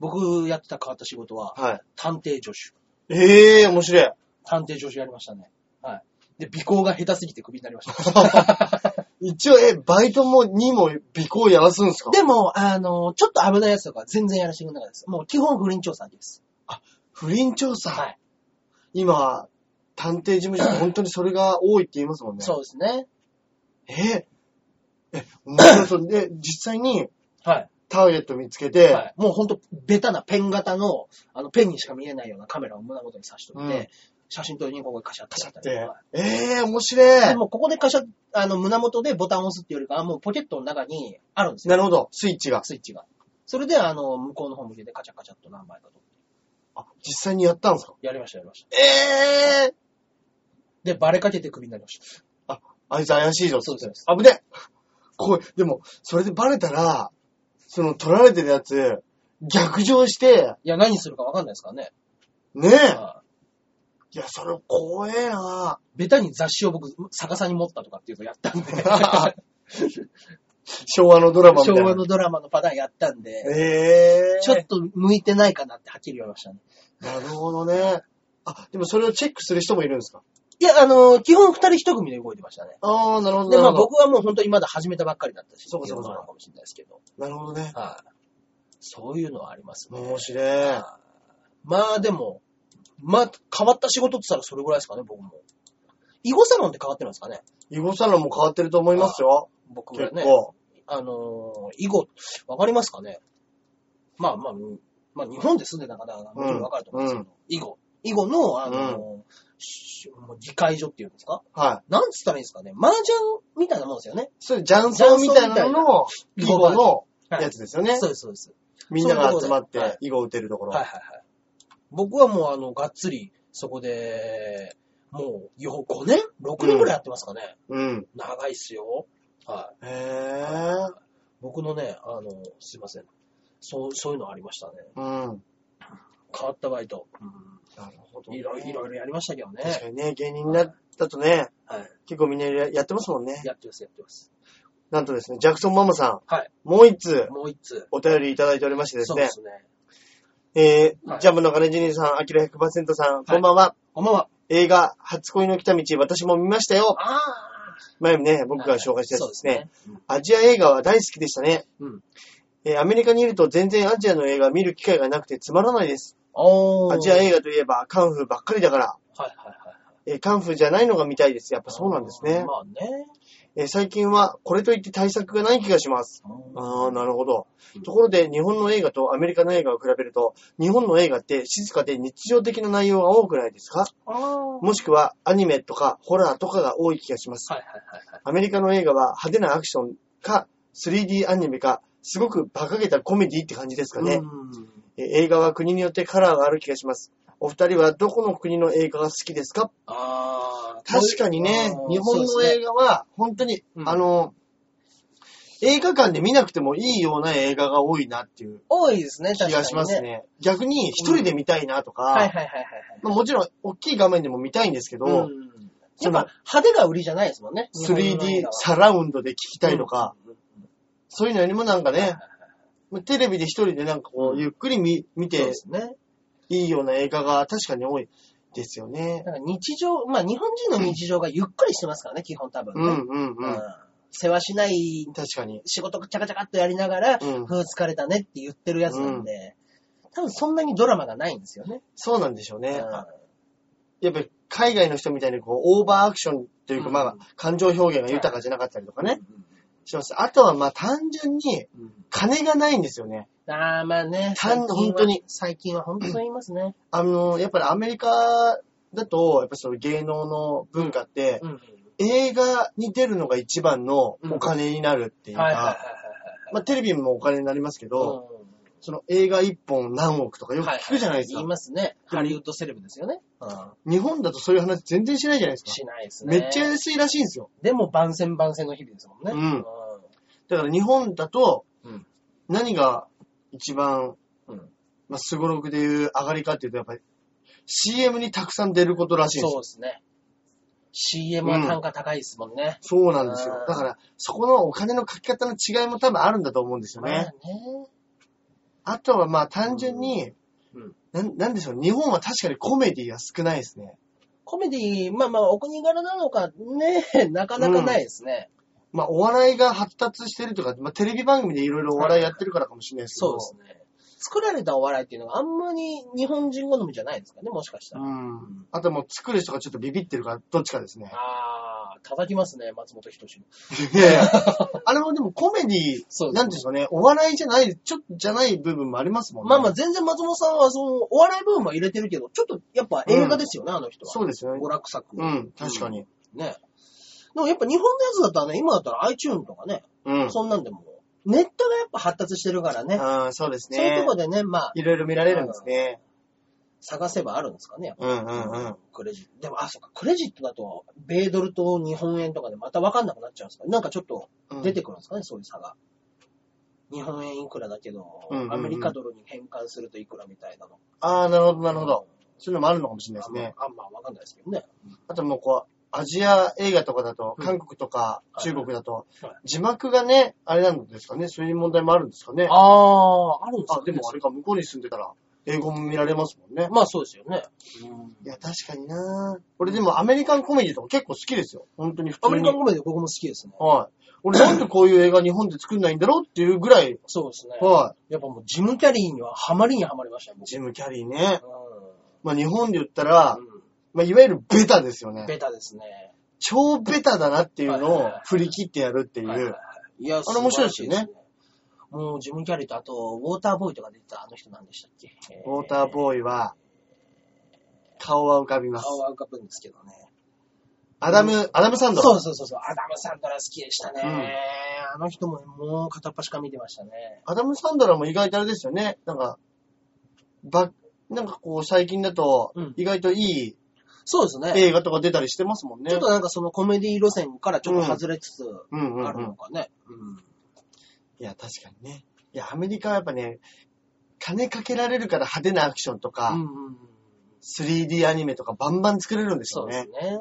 [SPEAKER 2] 僕やってた変わった仕事はい
[SPEAKER 1] はい。
[SPEAKER 2] 探偵助手。
[SPEAKER 1] ええ面白い。
[SPEAKER 2] 探偵助手やりましたね。はい。で、尾行が下手すぎてクビになりました。
[SPEAKER 1] 一応、え、バイトもにも尾行やらすんですか
[SPEAKER 2] で も、あの、ちょっと危ないやつとか全然やらせてくれなかったです。もう基本不倫調査です。
[SPEAKER 1] 不倫調査。
[SPEAKER 2] はい。
[SPEAKER 1] 今、探偵事務所、本当にそれが多いって言いますもんね。
[SPEAKER 2] そうですね。
[SPEAKER 1] えーえ、面白そう。で、実際に
[SPEAKER 2] はい。
[SPEAKER 1] ターゲット見つけて、
[SPEAKER 2] はい、もうほんと、ベタなペン型の、あの、ペンにしか見えないようなカメラを胸元に差しといて、
[SPEAKER 1] うん
[SPEAKER 2] 写真撮りにここでカシャッとしちゃったり
[SPEAKER 1] で
[SPEAKER 2] とか。、
[SPEAKER 1] ええ面白
[SPEAKER 2] で
[SPEAKER 1] い。
[SPEAKER 2] もうここでカシャッ、あの、胸元でボタンを押すっていうよりかは、もうポケットの中にあるんですよ。
[SPEAKER 1] なるほど、スイッチが。
[SPEAKER 2] スイッチが。それで、あの、向こうの方向けてカチャカチャっと何枚かと。
[SPEAKER 1] あ実際にやったんですか
[SPEAKER 2] やりました、やりました。
[SPEAKER 1] ええ
[SPEAKER 2] で、バレかけてクビになりました。
[SPEAKER 1] あいつ怪しいぞ。
[SPEAKER 2] そうですそうです
[SPEAKER 1] 危ねえこう、でも、それでバレたら、その、取られてるやつ、逆上して、
[SPEAKER 2] いや、何するかわかんないですからね。
[SPEAKER 1] ねえ。
[SPEAKER 2] はい
[SPEAKER 1] や、それ怖えな
[SPEAKER 2] ベタに雑誌を僕、逆さに持ったとかっていうのやった んで、
[SPEAKER 1] 昭和のドラマみたい
[SPEAKER 2] 昭
[SPEAKER 1] な。
[SPEAKER 2] 和のドラマのパターンやったんで、
[SPEAKER 1] ええ
[SPEAKER 2] ちょっと向いてないかなってはっきり言われましたね。
[SPEAKER 1] なるほどね。あ、でもそれをチェックする人もいるんですか
[SPEAKER 2] いや、あのー基本二人一組で動いてましたね。
[SPEAKER 1] ああ、なるほど。
[SPEAKER 2] で、ま
[SPEAKER 1] な
[SPEAKER 2] あ
[SPEAKER 1] るほ
[SPEAKER 2] 僕はもう本当にまだ始めたばっかりだったし、
[SPEAKER 1] そうかそうか
[SPEAKER 2] っていのもあるかもしれないですけど、
[SPEAKER 1] ど。なるほどね。
[SPEAKER 2] はい。そういうのはありますね。
[SPEAKER 1] 面白い。
[SPEAKER 2] まあでも、まあ変わった仕事って言ったらそれぐらいですかね、僕も。囲碁サロンって変わってるんですかね
[SPEAKER 1] 囲碁サロンも変わってると思いますよ。
[SPEAKER 2] 僕
[SPEAKER 1] 結
[SPEAKER 2] がね。
[SPEAKER 1] 構。
[SPEAKER 2] あのー、囲碁、わかりますかねまあまあ、うんまあ日本で住んでた方はもちろんわかると思うんですけど、囲碁。囲碁の、あのー、しもう議会所っていうんですか
[SPEAKER 1] はい。
[SPEAKER 2] なんつったらいいんですかね麻雀みたいなもんですよね。
[SPEAKER 1] それ、ジャンソンみたいなのの、囲
[SPEAKER 2] ジャンソンみたいな
[SPEAKER 1] 碁のやつですよね
[SPEAKER 2] そ。うです、そうです。
[SPEAKER 1] みんなが集まっ
[SPEAKER 2] そうい
[SPEAKER 1] て
[SPEAKER 2] うこ、
[SPEAKER 1] 囲碁を打てるところ。
[SPEAKER 2] はいはいはい。僕はもうあの、がっつり、そこで、もう、よ、5年 ?6 年ぐらいやってますかね、
[SPEAKER 1] うん。
[SPEAKER 2] 長いっすよ。はい。
[SPEAKER 1] へえ。
[SPEAKER 2] 僕のね、あの、すいません。そう、そういうのありましたね。
[SPEAKER 1] うん。
[SPEAKER 2] 変わったバイト。
[SPEAKER 1] なるほど、
[SPEAKER 2] いろいろいろいろやりましたけどね。
[SPEAKER 1] 確かにね、芸人になったとね、
[SPEAKER 2] はい。
[SPEAKER 1] 結構みんなやってますもんね。
[SPEAKER 2] やってます、やってます。
[SPEAKER 1] なんとですね、ジャクソンママさ
[SPEAKER 2] はい。
[SPEAKER 1] ん、もう一通
[SPEAKER 2] もう一つ。
[SPEAKER 1] お便りいただいておりましてです
[SPEAKER 2] そう
[SPEAKER 1] ね
[SPEAKER 2] で、すね。
[SPEAKER 1] えー
[SPEAKER 2] はい
[SPEAKER 1] ジャムの金ジニーさん、アキラ100%さん、こんばんは。
[SPEAKER 2] こんばんは。
[SPEAKER 1] 映画、初恋の来た道、私も見ましたよ。
[SPEAKER 2] あ
[SPEAKER 1] 前もね、
[SPEAKER 2] ー
[SPEAKER 1] 僕が紹介したやつですね。
[SPEAKER 2] はいそう
[SPEAKER 1] アジア映画は大好きでしたね。
[SPEAKER 2] ですね。うん。
[SPEAKER 1] えーアメリカにいると全然アジアの映画見る機会がなくてつまらないです。
[SPEAKER 2] おー。
[SPEAKER 1] アジア映画といえばカンフーばっかりだから、
[SPEAKER 2] はいはいはい。
[SPEAKER 1] えーカンフーじゃないのが見たいです。やっぱそうなんですね。
[SPEAKER 2] まあね。
[SPEAKER 1] えー最近はこれといって対策がない気がします。ああ、なるほど
[SPEAKER 2] うん。
[SPEAKER 1] ところで、日本の映画とアメリカの映画を比べると、日本の映画って静かで日常的な内容が多くないですか
[SPEAKER 2] あー。はい
[SPEAKER 1] もしくはアニメとかホラーとかが多い気がします。
[SPEAKER 2] はいはいはい。
[SPEAKER 1] アメリカの映画は派手なアクションか 3D アニメか、すごく馬鹿げたコメディって感じですかね
[SPEAKER 2] う。ん
[SPEAKER 1] え映画は国によってカラーがある気がします。お二人はどこの国の映画が好きですか
[SPEAKER 2] あー、
[SPEAKER 1] 確かにね
[SPEAKER 2] う、ん
[SPEAKER 1] 日本
[SPEAKER 2] そう
[SPEAKER 1] の
[SPEAKER 2] です
[SPEAKER 1] 映
[SPEAKER 2] ね
[SPEAKER 1] 画は、本当に、
[SPEAKER 2] うん
[SPEAKER 1] あの、映画館で見なくてもいいような映画が多いなっていう
[SPEAKER 2] 多いですね、
[SPEAKER 1] 気
[SPEAKER 2] 確かに、
[SPEAKER 1] が
[SPEAKER 2] ね。
[SPEAKER 1] しますね。逆に、一人で見たいなとか、
[SPEAKER 2] はいはいはいはい
[SPEAKER 1] まあもちろん、大きい画面でも見たいんですけど、
[SPEAKER 2] はい。んやっぱ派手が売りじゃないですもんね。日本の映
[SPEAKER 1] 3D
[SPEAKER 2] 画は
[SPEAKER 1] サラウンドで聞きたいとか、そういうのよりもなんかね、テレビで一人でなんかこう、ゆっくり見見
[SPEAKER 2] そう
[SPEAKER 1] て
[SPEAKER 2] ですね。
[SPEAKER 1] いいような映画が確かに多いですよね。
[SPEAKER 2] なんか日常、まあ日本人の日常がゆっくりしてますからね、基本多分
[SPEAKER 1] うん
[SPEAKER 2] ね。
[SPEAKER 1] うんうん。
[SPEAKER 2] 世話しない
[SPEAKER 1] 確かに。
[SPEAKER 2] 仕事チャカチャカっとやりながら、
[SPEAKER 1] うん
[SPEAKER 2] ふう疲れたねって言ってるやつなんで、多分そんなにドラマがないんですよね。
[SPEAKER 1] そうなんでしょう
[SPEAKER 2] う
[SPEAKER 1] ね。
[SPEAKER 2] ん
[SPEAKER 1] やっぱり海外の人みたいにこう、オーバーアクションというか、
[SPEAKER 2] うん
[SPEAKER 1] まあ、感情表現が豊かじゃなかったりとかね、します。あとはまあ単純に、
[SPEAKER 2] うん
[SPEAKER 1] 金がないんですよね。
[SPEAKER 2] ああ、まあね。
[SPEAKER 1] 単
[SPEAKER 2] 最近は
[SPEAKER 1] 本当に。
[SPEAKER 2] 最近は本当に言いますね。
[SPEAKER 1] あの、やっぱりアメリカだと、やっぱその芸能の文化って、
[SPEAKER 2] うん。
[SPEAKER 1] 映画に出るのが一番のお金になるっていう
[SPEAKER 2] はいはいはい
[SPEAKER 1] か、まあテレビもお金になりますけ
[SPEAKER 2] はい
[SPEAKER 1] ど、
[SPEAKER 2] はい。うん
[SPEAKER 1] その映画一本何億とかよく
[SPEAKER 2] はいはい
[SPEAKER 1] 聞くじゃないですか。
[SPEAKER 2] 言いますね。ハリウッドセレブですよね。うん。
[SPEAKER 1] 日本だとそういう話全然しないじゃないですか。
[SPEAKER 2] しないです
[SPEAKER 1] め
[SPEAKER 2] ね。
[SPEAKER 1] っちゃ安いらしいんですよ。
[SPEAKER 2] でも番宣番宣の日々ですもんね。
[SPEAKER 1] うんだから日本だと
[SPEAKER 2] うん、
[SPEAKER 1] 何が一番、
[SPEAKER 2] うん
[SPEAKER 1] まあ、すごろくでいう上がりかっていうと、やっぱり CM にたくさん出ることらしいんです
[SPEAKER 2] そう
[SPEAKER 1] よ。
[SPEAKER 2] ですね。CM は単価高いですもんね。
[SPEAKER 1] そうなんですよ
[SPEAKER 2] あ。ー
[SPEAKER 1] だから、そこのお金の書き方の違いも多分あるんだと思うんですよ
[SPEAKER 2] まあね
[SPEAKER 1] ね。。あとはまあ単純に、
[SPEAKER 2] うん
[SPEAKER 1] なん、なんでしょう、日本は確かにコメディが少ないですね。
[SPEAKER 2] コメディ、まあまあ、お国柄なのかね、 なかなかないですね。
[SPEAKER 1] まあお笑いが発達してるとか、まあテレビ番組でいろいろお笑いやってるからかもしれないですけど。
[SPEAKER 2] そうですね。作られたお笑いっていうのがあんまり日本人好みじゃないですかね、もしかしたら。
[SPEAKER 1] うん。あともう作る人がちょっとビビってるから、どっちかですね。
[SPEAKER 2] ああ、叩きますね、松本人志も。
[SPEAKER 1] いやい や。あれもでもコメディ、
[SPEAKER 2] そ
[SPEAKER 1] なん
[SPEAKER 2] うです
[SPEAKER 1] ていうんですかね、お笑いじゃない、ちょっとじゃない部分もありますもんね。
[SPEAKER 2] まあまあ、全然松本さんは、その、お笑い部分は入れてるけど、ちょっとやっぱ映画ですよね、あの人は。
[SPEAKER 1] そうですよね
[SPEAKER 2] 娯。楽作。
[SPEAKER 1] うん、確かに。
[SPEAKER 2] ね。でもやっぱ日本のやつだったらね、今だったら iTune とかね、
[SPEAKER 1] うん。
[SPEAKER 2] そんなんでも、ネットがやっぱ発達してるからね、
[SPEAKER 1] ああ、そうですね。
[SPEAKER 2] そういうとこでね、まあ、
[SPEAKER 1] いろいろ見られるんですね。
[SPEAKER 2] 探せばあるんですかね、やっぱ。
[SPEAKER 1] うんうんうん。
[SPEAKER 2] クレジット。でも、あ、そっか、クレジットだと、米ドルと日本円とかでまた分かんなくなっちゃうんですかなんかちょっと
[SPEAKER 1] うん
[SPEAKER 2] 出てくるんですかね、そういう差が。日本円いくらだけど、
[SPEAKER 1] うんうんうん
[SPEAKER 2] アメリカドルに変換するといくらみたいなの。
[SPEAKER 1] ああ、なるほど、なるほど。そういうのもあるのかもしれないですね。
[SPEAKER 2] あんまあんま分かんないですけどね。
[SPEAKER 1] あともうこう、アジア映画とかだと、
[SPEAKER 2] うん
[SPEAKER 1] 韓国とか
[SPEAKER 2] はい
[SPEAKER 1] 中国だと
[SPEAKER 2] はい、
[SPEAKER 1] 字幕がね、あれなんですかね、そういう問題もあるんですかね。あ、
[SPEAKER 2] ああ、あるんですか、ね、
[SPEAKER 1] でもあれか、向こうに住んでたら、英語も見られますもんね。
[SPEAKER 2] まあそうですよね。
[SPEAKER 1] いや、確かにな俺でもアメリカンコメディとか結構好きですよ。本当に普
[SPEAKER 2] ア
[SPEAKER 1] 通
[SPEAKER 2] メリ
[SPEAKER 1] に
[SPEAKER 2] カン。コメディ僕も好きですね。
[SPEAKER 1] はい。俺なんでこういう映画日本で作んないんだろうっていうぐらい、
[SPEAKER 2] そうですね。
[SPEAKER 1] は
[SPEAKER 2] やっぱもうジムキャリーにはハマりにはまりましたね、
[SPEAKER 1] い。
[SPEAKER 2] 僕
[SPEAKER 1] ジム・キャリーね。
[SPEAKER 2] う
[SPEAKER 1] まあ日本で言ったら、
[SPEAKER 2] ん
[SPEAKER 1] まあいわゆるベタですよ
[SPEAKER 2] うん。
[SPEAKER 1] ね。
[SPEAKER 2] ベタですね。
[SPEAKER 1] 超ベタだなっていうの
[SPEAKER 2] はい
[SPEAKER 1] を
[SPEAKER 2] はいはい
[SPEAKER 1] 振り切ってやるってい
[SPEAKER 2] はいはいは
[SPEAKER 1] う。
[SPEAKER 2] いいや、
[SPEAKER 1] あれ面白いですよね
[SPEAKER 2] 素晴らしいですね。もうジムキャリーとあと、ウォーターボーイとか出てたあの人なんでしたっけ
[SPEAKER 1] ウォーターボーイは、顔は浮かび
[SPEAKER 2] ー
[SPEAKER 1] ます。
[SPEAKER 2] 顔は浮かぶんですけどね。
[SPEAKER 1] アダム、アダムサンド。
[SPEAKER 2] そうそうそうそう、アダム・サンドラ好きでしたね。あの人ももう片っ端から見てましたね。
[SPEAKER 1] アダム・サンドラーも意外とあれですよね。なんか、ば、なんかこう最近だと
[SPEAKER 2] うん、
[SPEAKER 1] 意外といい
[SPEAKER 2] そうですね。
[SPEAKER 1] 映画とか出たりしてますもんね。
[SPEAKER 2] ちょっとなんかそのコメディ路線からちょっと外れつつ
[SPEAKER 1] うんうん
[SPEAKER 2] あ
[SPEAKER 1] う
[SPEAKER 2] るの
[SPEAKER 1] ん。
[SPEAKER 2] かね。うん
[SPEAKER 1] いや、確かにね。いや、アメリカはやっぱね、金かけられるから派手なアクションとか、
[SPEAKER 2] うんうんうん。
[SPEAKER 1] 3D アニメとかバンバン作れるんです
[SPEAKER 2] そ
[SPEAKER 1] よ
[SPEAKER 2] うです
[SPEAKER 1] ね。
[SPEAKER 2] ね。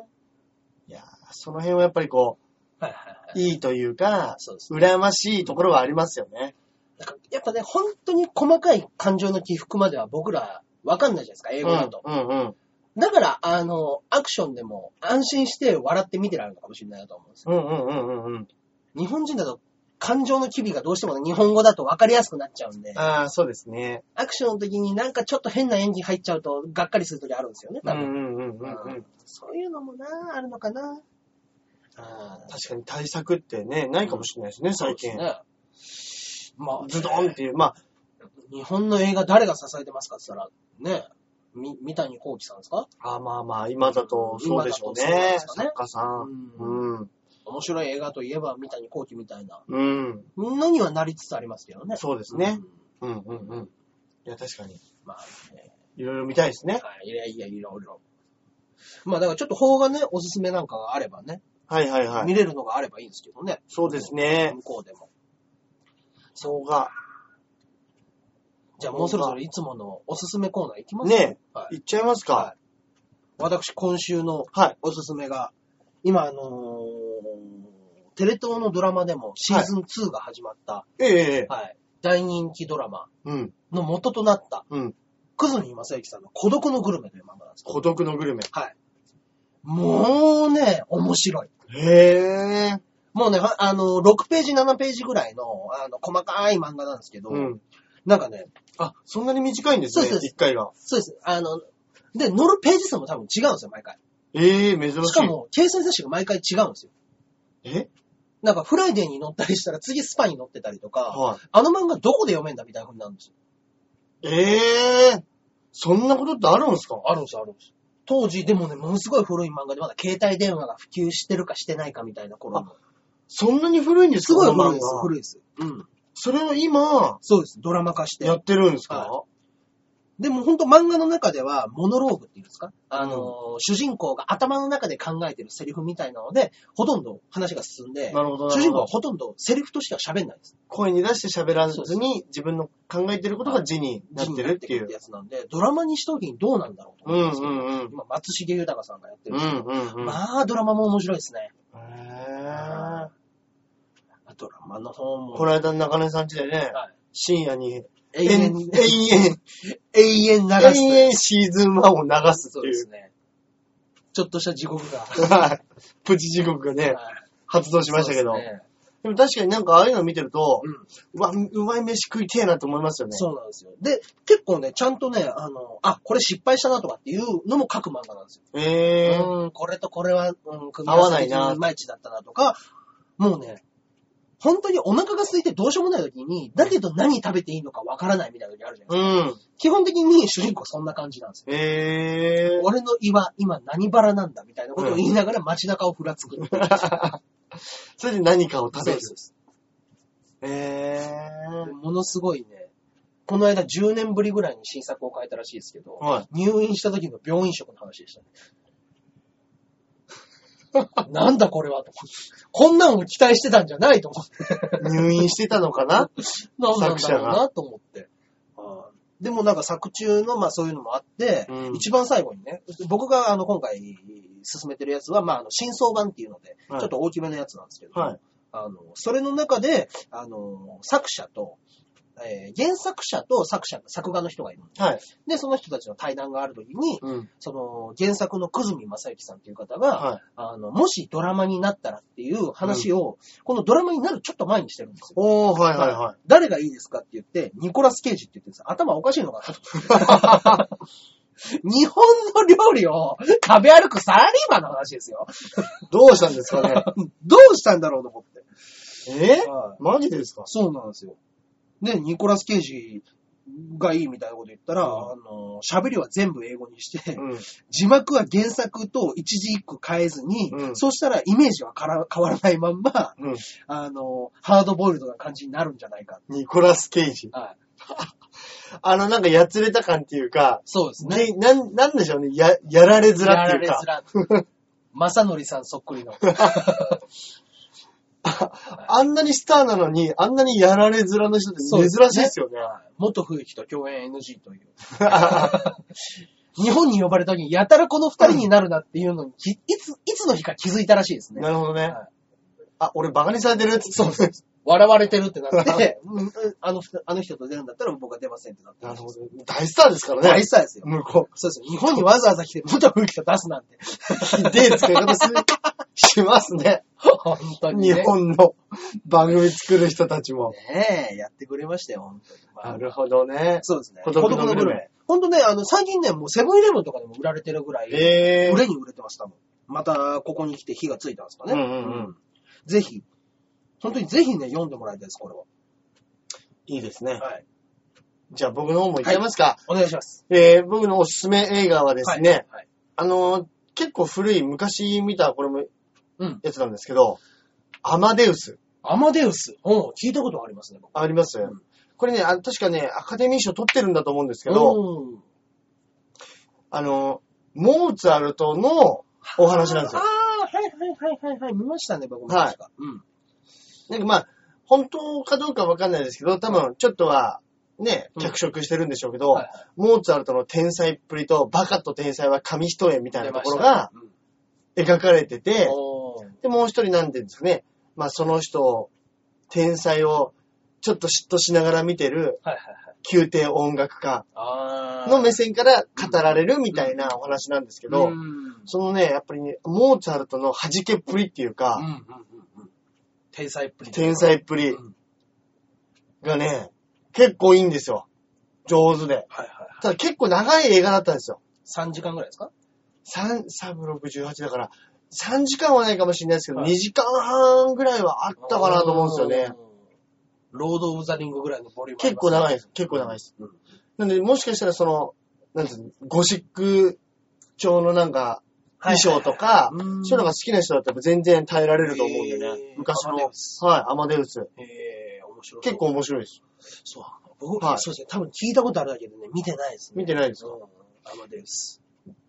[SPEAKER 1] いや、その辺はやっぱりこ
[SPEAKER 2] はいはいはい。
[SPEAKER 1] う、いいというか、
[SPEAKER 2] そうですね。
[SPEAKER 1] 羨ましいところはありますよね。
[SPEAKER 2] なんかやっぱね、本当に細かい感情の起伏までは僕らわかんないじゃないです
[SPEAKER 1] うん、
[SPEAKER 2] か、英語だと。
[SPEAKER 1] うん、うん。
[SPEAKER 2] だから、あの、アクションでも安心して笑って見てられるのかもしれないなと思うんですよ。
[SPEAKER 1] うん、うん、うんうん、うん。
[SPEAKER 2] 日本人だと感情の機微がどうしてもね、日本語だと分かりやすくなっちゃうんで、
[SPEAKER 1] ああ、そうですね。
[SPEAKER 2] アクションの時になんかちょっと変な演技入っちゃうと、がっかりする時あるんですよね、
[SPEAKER 1] う
[SPEAKER 2] 多
[SPEAKER 1] ん、う
[SPEAKER 2] 分。
[SPEAKER 1] ん、うん、うんうん。
[SPEAKER 2] そういうのもな、あるのかな。あー
[SPEAKER 1] 確かに対策ってね、ないかもしれないですね、最近。
[SPEAKER 2] そうですねまあ、
[SPEAKER 1] ズドンっていう。まあ、
[SPEAKER 2] 日本の映画誰が支えてますかって言ったら、ね、み、三谷幸喜さんですか
[SPEAKER 1] あーまあまあ、今だとそうでしょう
[SPEAKER 2] 今
[SPEAKER 1] ね
[SPEAKER 2] だとそうで。すかね
[SPEAKER 1] 作家さん。うん。
[SPEAKER 2] 面白い映画といえば三谷幸喜みたいな
[SPEAKER 1] うん。
[SPEAKER 2] のにはなりつつありますけどね。
[SPEAKER 1] そうですね
[SPEAKER 2] ん。
[SPEAKER 1] うん、うん、うん。いや、確かに。
[SPEAKER 2] まあ、ね、
[SPEAKER 1] いろいろ見たいですね。
[SPEAKER 2] はいいやいや、いろいろ。まあだからちょっと方がね、おすすめなんかがあればね、
[SPEAKER 1] はいはいは
[SPEAKER 2] 見
[SPEAKER 1] い。
[SPEAKER 2] れるのがあればいいんですけどね。
[SPEAKER 1] そうですね。
[SPEAKER 2] 向こうでも。
[SPEAKER 1] そうが、
[SPEAKER 2] じゃあもうそろそろいつものおすすめコーナーいきます
[SPEAKER 1] ね
[SPEAKER 2] はい。
[SPEAKER 1] いっちゃいます
[SPEAKER 2] は
[SPEAKER 1] か。
[SPEAKER 2] い私今週の
[SPEAKER 1] はい。
[SPEAKER 2] おすすめが、今あのーテレ東のドラマでもシーズン2が始まった、
[SPEAKER 1] ええええ。
[SPEAKER 2] はい、大人気ドラマ
[SPEAKER 1] うん。の
[SPEAKER 2] の元となった、
[SPEAKER 1] うん。
[SPEAKER 2] くずにまさゆきさんの孤独のグルメという漫画なんですけど
[SPEAKER 1] 孤独のグルメ。
[SPEAKER 2] はい。もうね、面白い。
[SPEAKER 1] へえ。
[SPEAKER 2] もうね、はあの、6ページ、7ページぐらいの、あの、細かい漫画なんですけど、
[SPEAKER 1] うん。
[SPEAKER 2] なんかね、
[SPEAKER 1] あ、そんなに短いんですね
[SPEAKER 2] そうで、す
[SPEAKER 1] 一回が。
[SPEAKER 2] そうです。あの、で、乗るページ数も多分違うんですよ、毎回。
[SPEAKER 1] ええ、珍しい。
[SPEAKER 2] しか、も、掲載雑誌が毎回違うんですよ。
[SPEAKER 1] え
[SPEAKER 2] なんか、フライデーに乗ったりしたら、次スパに乗ってたりとか、
[SPEAKER 1] はい。
[SPEAKER 2] あの漫画どこで読めんだみたいな風になるんですよ。
[SPEAKER 1] ええ、そんなことってあるんですか
[SPEAKER 2] あるんですよ、あるんですよ。当時、でもね、ものすごい古い漫画で、まだ携帯電話が普及してるかしてないかみたいな頃の。
[SPEAKER 1] そんなに古いんです
[SPEAKER 2] す
[SPEAKER 1] か
[SPEAKER 2] ごい古いです
[SPEAKER 1] こ、の漫画
[SPEAKER 2] 古いです。うん。
[SPEAKER 1] それを今、
[SPEAKER 2] そうです、ドラマ化して。
[SPEAKER 1] やってるんですか
[SPEAKER 2] はでも本当漫画の中ではモノローグっていうんですかあのー、主人公が頭の中で考えてるセリフみたいなので、ほとんど話が進んで、
[SPEAKER 1] なるほどなるほど
[SPEAKER 2] 主人公はほとんどセリフとしては喋んないんです。
[SPEAKER 1] 声に出して喋らずに、自分の考えてることが字になってるってい
[SPEAKER 2] 自由になく
[SPEAKER 1] う
[SPEAKER 2] る。やつなんで、ドラマにした時にどうなんだろうと
[SPEAKER 1] う
[SPEAKER 2] 思
[SPEAKER 1] ん
[SPEAKER 2] ってます
[SPEAKER 1] う
[SPEAKER 2] けど、
[SPEAKER 1] んうん。
[SPEAKER 2] 今、松重豊さんがやって
[SPEAKER 1] う
[SPEAKER 2] るん
[SPEAKER 1] ん
[SPEAKER 2] ですけど、
[SPEAKER 1] うんうん。
[SPEAKER 2] まあ、ドラマも面白いですね。
[SPEAKER 1] へ
[SPEAKER 2] ドラマの方
[SPEAKER 1] ー
[SPEAKER 2] も。
[SPEAKER 1] この間中根さんちでね、
[SPEAKER 2] はい
[SPEAKER 1] 深夜に永
[SPEAKER 2] 永遠
[SPEAKER 1] 遠、
[SPEAKER 2] に、
[SPEAKER 1] 永遠、
[SPEAKER 2] 永遠流すと
[SPEAKER 1] 永
[SPEAKER 2] いう。
[SPEAKER 1] 遠シーズン1を流す
[SPEAKER 2] そ
[SPEAKER 1] っ
[SPEAKER 2] う
[SPEAKER 1] て
[SPEAKER 2] で
[SPEAKER 1] い
[SPEAKER 2] す
[SPEAKER 1] う。
[SPEAKER 2] ね。ちょっとした地獄が。
[SPEAKER 1] はい プチ地獄がね、発動しましたけど。
[SPEAKER 2] そう
[SPEAKER 1] で
[SPEAKER 2] ですね
[SPEAKER 1] も確かになんかああいうの見てると、
[SPEAKER 2] うん
[SPEAKER 1] うわ、うまい飯食いてえなと思いますよね。
[SPEAKER 2] そうなんですよ。で、結構ね、ちゃんとね、あの、あ、これ失敗したなとかっていうのも書く漫画なんですよ。
[SPEAKER 1] えー、
[SPEAKER 2] うん、これとこれは、うん、組み
[SPEAKER 1] 合
[SPEAKER 2] 合わ
[SPEAKER 1] わ
[SPEAKER 2] せ
[SPEAKER 1] な
[SPEAKER 2] 的
[SPEAKER 1] いな
[SPEAKER 2] にいまいちだったなとか、もうね、本当にお腹が空いてどうしようもない時に、だけど何食べていいのかわからないみたいな時あるじゃないです
[SPEAKER 1] う
[SPEAKER 2] か。
[SPEAKER 1] ん。
[SPEAKER 2] 基本的に主人公そんな感じなんですよ。
[SPEAKER 1] えー。
[SPEAKER 2] 俺の胃は今何バラなんだみたいなことを言いながら街中をふらつく。
[SPEAKER 1] それで何かを食べる。
[SPEAKER 2] そうです
[SPEAKER 1] えー。
[SPEAKER 2] ものすごいね、この間10年ぶりぐらいに新作を変えたらしいですけど、
[SPEAKER 1] はい。
[SPEAKER 2] 入院した時の病院食の話でしたね。 なんだこれはと思って。こんなんを期待してたんじゃないと思って。
[SPEAKER 1] 入院してたのか な
[SPEAKER 2] なんなんだ
[SPEAKER 1] 作者
[SPEAKER 2] ろうな
[SPEAKER 1] が
[SPEAKER 2] と思って。あーでもなんか作中の、まあそういうのもあって、
[SPEAKER 1] うん
[SPEAKER 2] 一番最後にね、僕があの今回進めてるやつは、まああの真相版っていうので、
[SPEAKER 1] はい
[SPEAKER 2] ちょっと大きめのやつなんですけど、
[SPEAKER 1] はい。
[SPEAKER 2] あの、それの中で、あの、作者と、えー原作者と作者、作画の人がいるんです。
[SPEAKER 1] はい。
[SPEAKER 2] で、その人たちの対談がある時に、
[SPEAKER 1] うん。
[SPEAKER 2] その原作の久住正幸さんという方が、
[SPEAKER 1] はい。
[SPEAKER 2] あの、もしドラマになったらっていう話を、このドラマになるちょっと前にしてるんですよ。
[SPEAKER 1] おー、はいはいはい。
[SPEAKER 2] 誰がいいですかって言って、ニコラス・ケイジって言ってるんですよ頭おかしいのかな日本の料理を食べ歩くサラリーマンの話ですよ。
[SPEAKER 1] どうしたんですか ね
[SPEAKER 2] どうしたんだろうと思って。
[SPEAKER 1] えーマジですか
[SPEAKER 2] そうなんですよ。で、ニコラス・ケイジがいいみたいなこと言ったら、
[SPEAKER 1] うん
[SPEAKER 2] あの、喋りは全部英語にして、
[SPEAKER 1] うん。
[SPEAKER 2] 字幕は原作と一字一句変えずに、
[SPEAKER 1] うん
[SPEAKER 2] そうしたらイメージはから変わらないまんま、
[SPEAKER 1] うん。
[SPEAKER 2] あの、ハードボイルドな感じになるんじゃないか。
[SPEAKER 1] ニコラス・ケイジ。
[SPEAKER 2] はい。
[SPEAKER 1] あの、なんかやつれた感っていうか、
[SPEAKER 2] そうです
[SPEAKER 1] ね、
[SPEAKER 2] ね。
[SPEAKER 1] なん、なんでしょうね、や、やられづらっていうか。
[SPEAKER 2] られづら。まさのりさんそっ くりの。
[SPEAKER 1] あんなにスターなのに、あんなにやられづらの人って珍しいですよね。
[SPEAKER 2] はい元冬樹と共演 NG という。 日本に呼ばれた時に、やたらこの二人になるなっていうのに、きいつ、いつの日か気づいたらしいですね。
[SPEAKER 1] なるほどね
[SPEAKER 2] はい。
[SPEAKER 1] あ、俺バカにされてるって。そうそう。
[SPEAKER 2] 笑われてるってなって、 うんうんあの人、あの人と出るんだったら僕は出ませんってなって。
[SPEAKER 1] なるほど。大スターですからね。
[SPEAKER 2] 大スターですよ。
[SPEAKER 1] 向こ
[SPEAKER 2] そうですよ。日本にわざわざ来て、元風紀と出すなん て。
[SPEAKER 1] う。ひでえ使い方するしますね。
[SPEAKER 2] 本当に、
[SPEAKER 1] 日
[SPEAKER 2] ね。
[SPEAKER 1] 本の番組作る人たちも。
[SPEAKER 2] ねえ、やってくれましたよ、本当に。まあ
[SPEAKER 1] なるほどね。
[SPEAKER 2] そうですね。
[SPEAKER 1] 孤独のグルメ
[SPEAKER 2] 本当ね、あの、最近ね、もうセブンイレブンとかでも売られてるぐらい、
[SPEAKER 1] え
[SPEAKER 2] 売
[SPEAKER 1] ー。
[SPEAKER 2] れに売れてます、多分。また、ここに来て火がついたんですかね。
[SPEAKER 1] うんうんうん
[SPEAKER 2] ぜひ、本当にぜひね、読んでもらいたいです、これは。
[SPEAKER 1] いいですね。
[SPEAKER 2] はい。
[SPEAKER 1] じゃあ僕の方もいっちゃいますか。
[SPEAKER 2] お願いします。
[SPEAKER 1] えー、僕のおすすめ映画はですね、
[SPEAKER 2] はい。はい
[SPEAKER 1] あのー結構古い昔見たこれも
[SPEAKER 2] うん。
[SPEAKER 1] やつなんですけど、アマデウス。
[SPEAKER 2] アマデウス。うん、聞いたことがありますね、僕。
[SPEAKER 1] あります、
[SPEAKER 2] うん
[SPEAKER 1] これね、あ確かね、アカデミー賞取ってるんだと思うんですけど、
[SPEAKER 2] うん。
[SPEAKER 1] あの、モーツァルトのお話なんです
[SPEAKER 2] あ
[SPEAKER 1] よ。
[SPEAKER 2] あー、はいはいはいはいはい。見ましたね、僕も。
[SPEAKER 1] はい
[SPEAKER 2] 確か。うん。
[SPEAKER 1] なんかまあ、本当かどうかわかんないですけど、多分ちょっとは、ね、
[SPEAKER 2] うん
[SPEAKER 1] 脚色してるんでしょうけど、
[SPEAKER 2] はいはい
[SPEAKER 1] モーツァルトの天才っぷりと、バカと天才は紙一重みたいなところが
[SPEAKER 2] 出まし
[SPEAKER 1] 描かれてて
[SPEAKER 2] た、おー
[SPEAKER 1] で、もう一人なんていうんですかね、まあその人を、天才をちょっと嫉妬しながら見てる
[SPEAKER 2] はいはいはい。
[SPEAKER 1] 宮廷音楽家
[SPEAKER 2] ああ。
[SPEAKER 1] の目線から語られるみたいなお話なんですけ
[SPEAKER 2] け
[SPEAKER 1] ど、
[SPEAKER 2] うん。うん
[SPEAKER 1] そのね、やっぱりね、モーツァルトの弾けっぷりっていう
[SPEAKER 2] うんう
[SPEAKER 1] か、
[SPEAKER 2] んうん。天才っぷり。
[SPEAKER 1] 天才っぷ
[SPEAKER 2] う
[SPEAKER 1] り
[SPEAKER 2] ん。
[SPEAKER 1] がね、結構いいんですよ。上手で。
[SPEAKER 2] はいはい。
[SPEAKER 1] ただ結構長い映画だったんですよ。
[SPEAKER 2] 3時間ぐらいですか
[SPEAKER 1] 3、3、6、18だから、3時間はないかもしれないですけど、
[SPEAKER 2] はい
[SPEAKER 1] 2時間半ぐらいはあったかなと思うんですよね。。
[SPEAKER 2] ロード・オブ・ザ・リングぐらいのボリューム、
[SPEAKER 1] 結構長い
[SPEAKER 2] い。
[SPEAKER 1] です。結構長いです。
[SPEAKER 2] うん
[SPEAKER 1] なんで、もしかしたらその、なんていうのゴシック調のなんか、衣装とか、
[SPEAKER 2] はいはいはいうん
[SPEAKER 1] そういうのが好きな人だったら全然耐えられると思うんで
[SPEAKER 2] へ
[SPEAKER 1] ね。
[SPEAKER 2] ー
[SPEAKER 1] 昔の、は
[SPEAKER 2] アマデ
[SPEAKER 1] い
[SPEAKER 2] ウス、
[SPEAKER 1] アマデウス。
[SPEAKER 2] えー、面白い。
[SPEAKER 1] 結構。面白いです。
[SPEAKER 2] そう。僕、
[SPEAKER 1] はい
[SPEAKER 2] そうですね。多分聞いたことあるだけでね、見てないですね。
[SPEAKER 1] 見てないですか
[SPEAKER 2] うんアマデウス。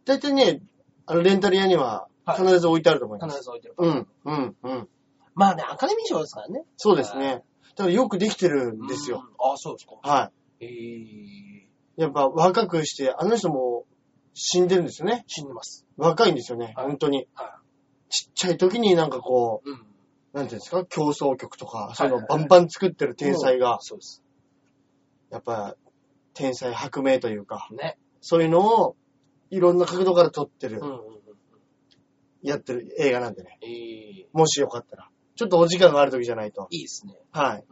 [SPEAKER 1] 大体ね、あの、レンタル屋には
[SPEAKER 2] はい
[SPEAKER 1] 必ず置いてあると思い
[SPEAKER 2] 必
[SPEAKER 1] ます。
[SPEAKER 2] ず置いてる。
[SPEAKER 1] うん、うん、うん。
[SPEAKER 2] まあね、アカデミー賞ですからね。
[SPEAKER 1] そうですね。ただよくできてるんですよ。
[SPEAKER 2] うん。あ、そうですか。
[SPEAKER 1] は
[SPEAKER 2] えー、
[SPEAKER 1] い。やっぱ若くして、あの人も死んでるんですよね。
[SPEAKER 2] 死んでます。
[SPEAKER 1] 若いんですよね、
[SPEAKER 2] はい
[SPEAKER 1] 本当に。
[SPEAKER 2] は
[SPEAKER 1] ちっちゃい時になんかこ
[SPEAKER 2] い。うん。
[SPEAKER 1] う、なんていうんですか、競争曲とか、
[SPEAKER 2] い
[SPEAKER 1] そういうのバンバン作ってる天才
[SPEAKER 2] も
[SPEAKER 1] が
[SPEAKER 2] う、そうです。
[SPEAKER 1] やっぱ天才薄命というか、
[SPEAKER 2] ね。
[SPEAKER 1] そういうのをいろんな角度から撮ってる
[SPEAKER 2] うん、うんうん。
[SPEAKER 1] やってる映画なんでね。
[SPEAKER 2] えー、い
[SPEAKER 1] もしよかったら。ちょっとお時間がある時じゃないと。
[SPEAKER 2] いですね。
[SPEAKER 1] はい。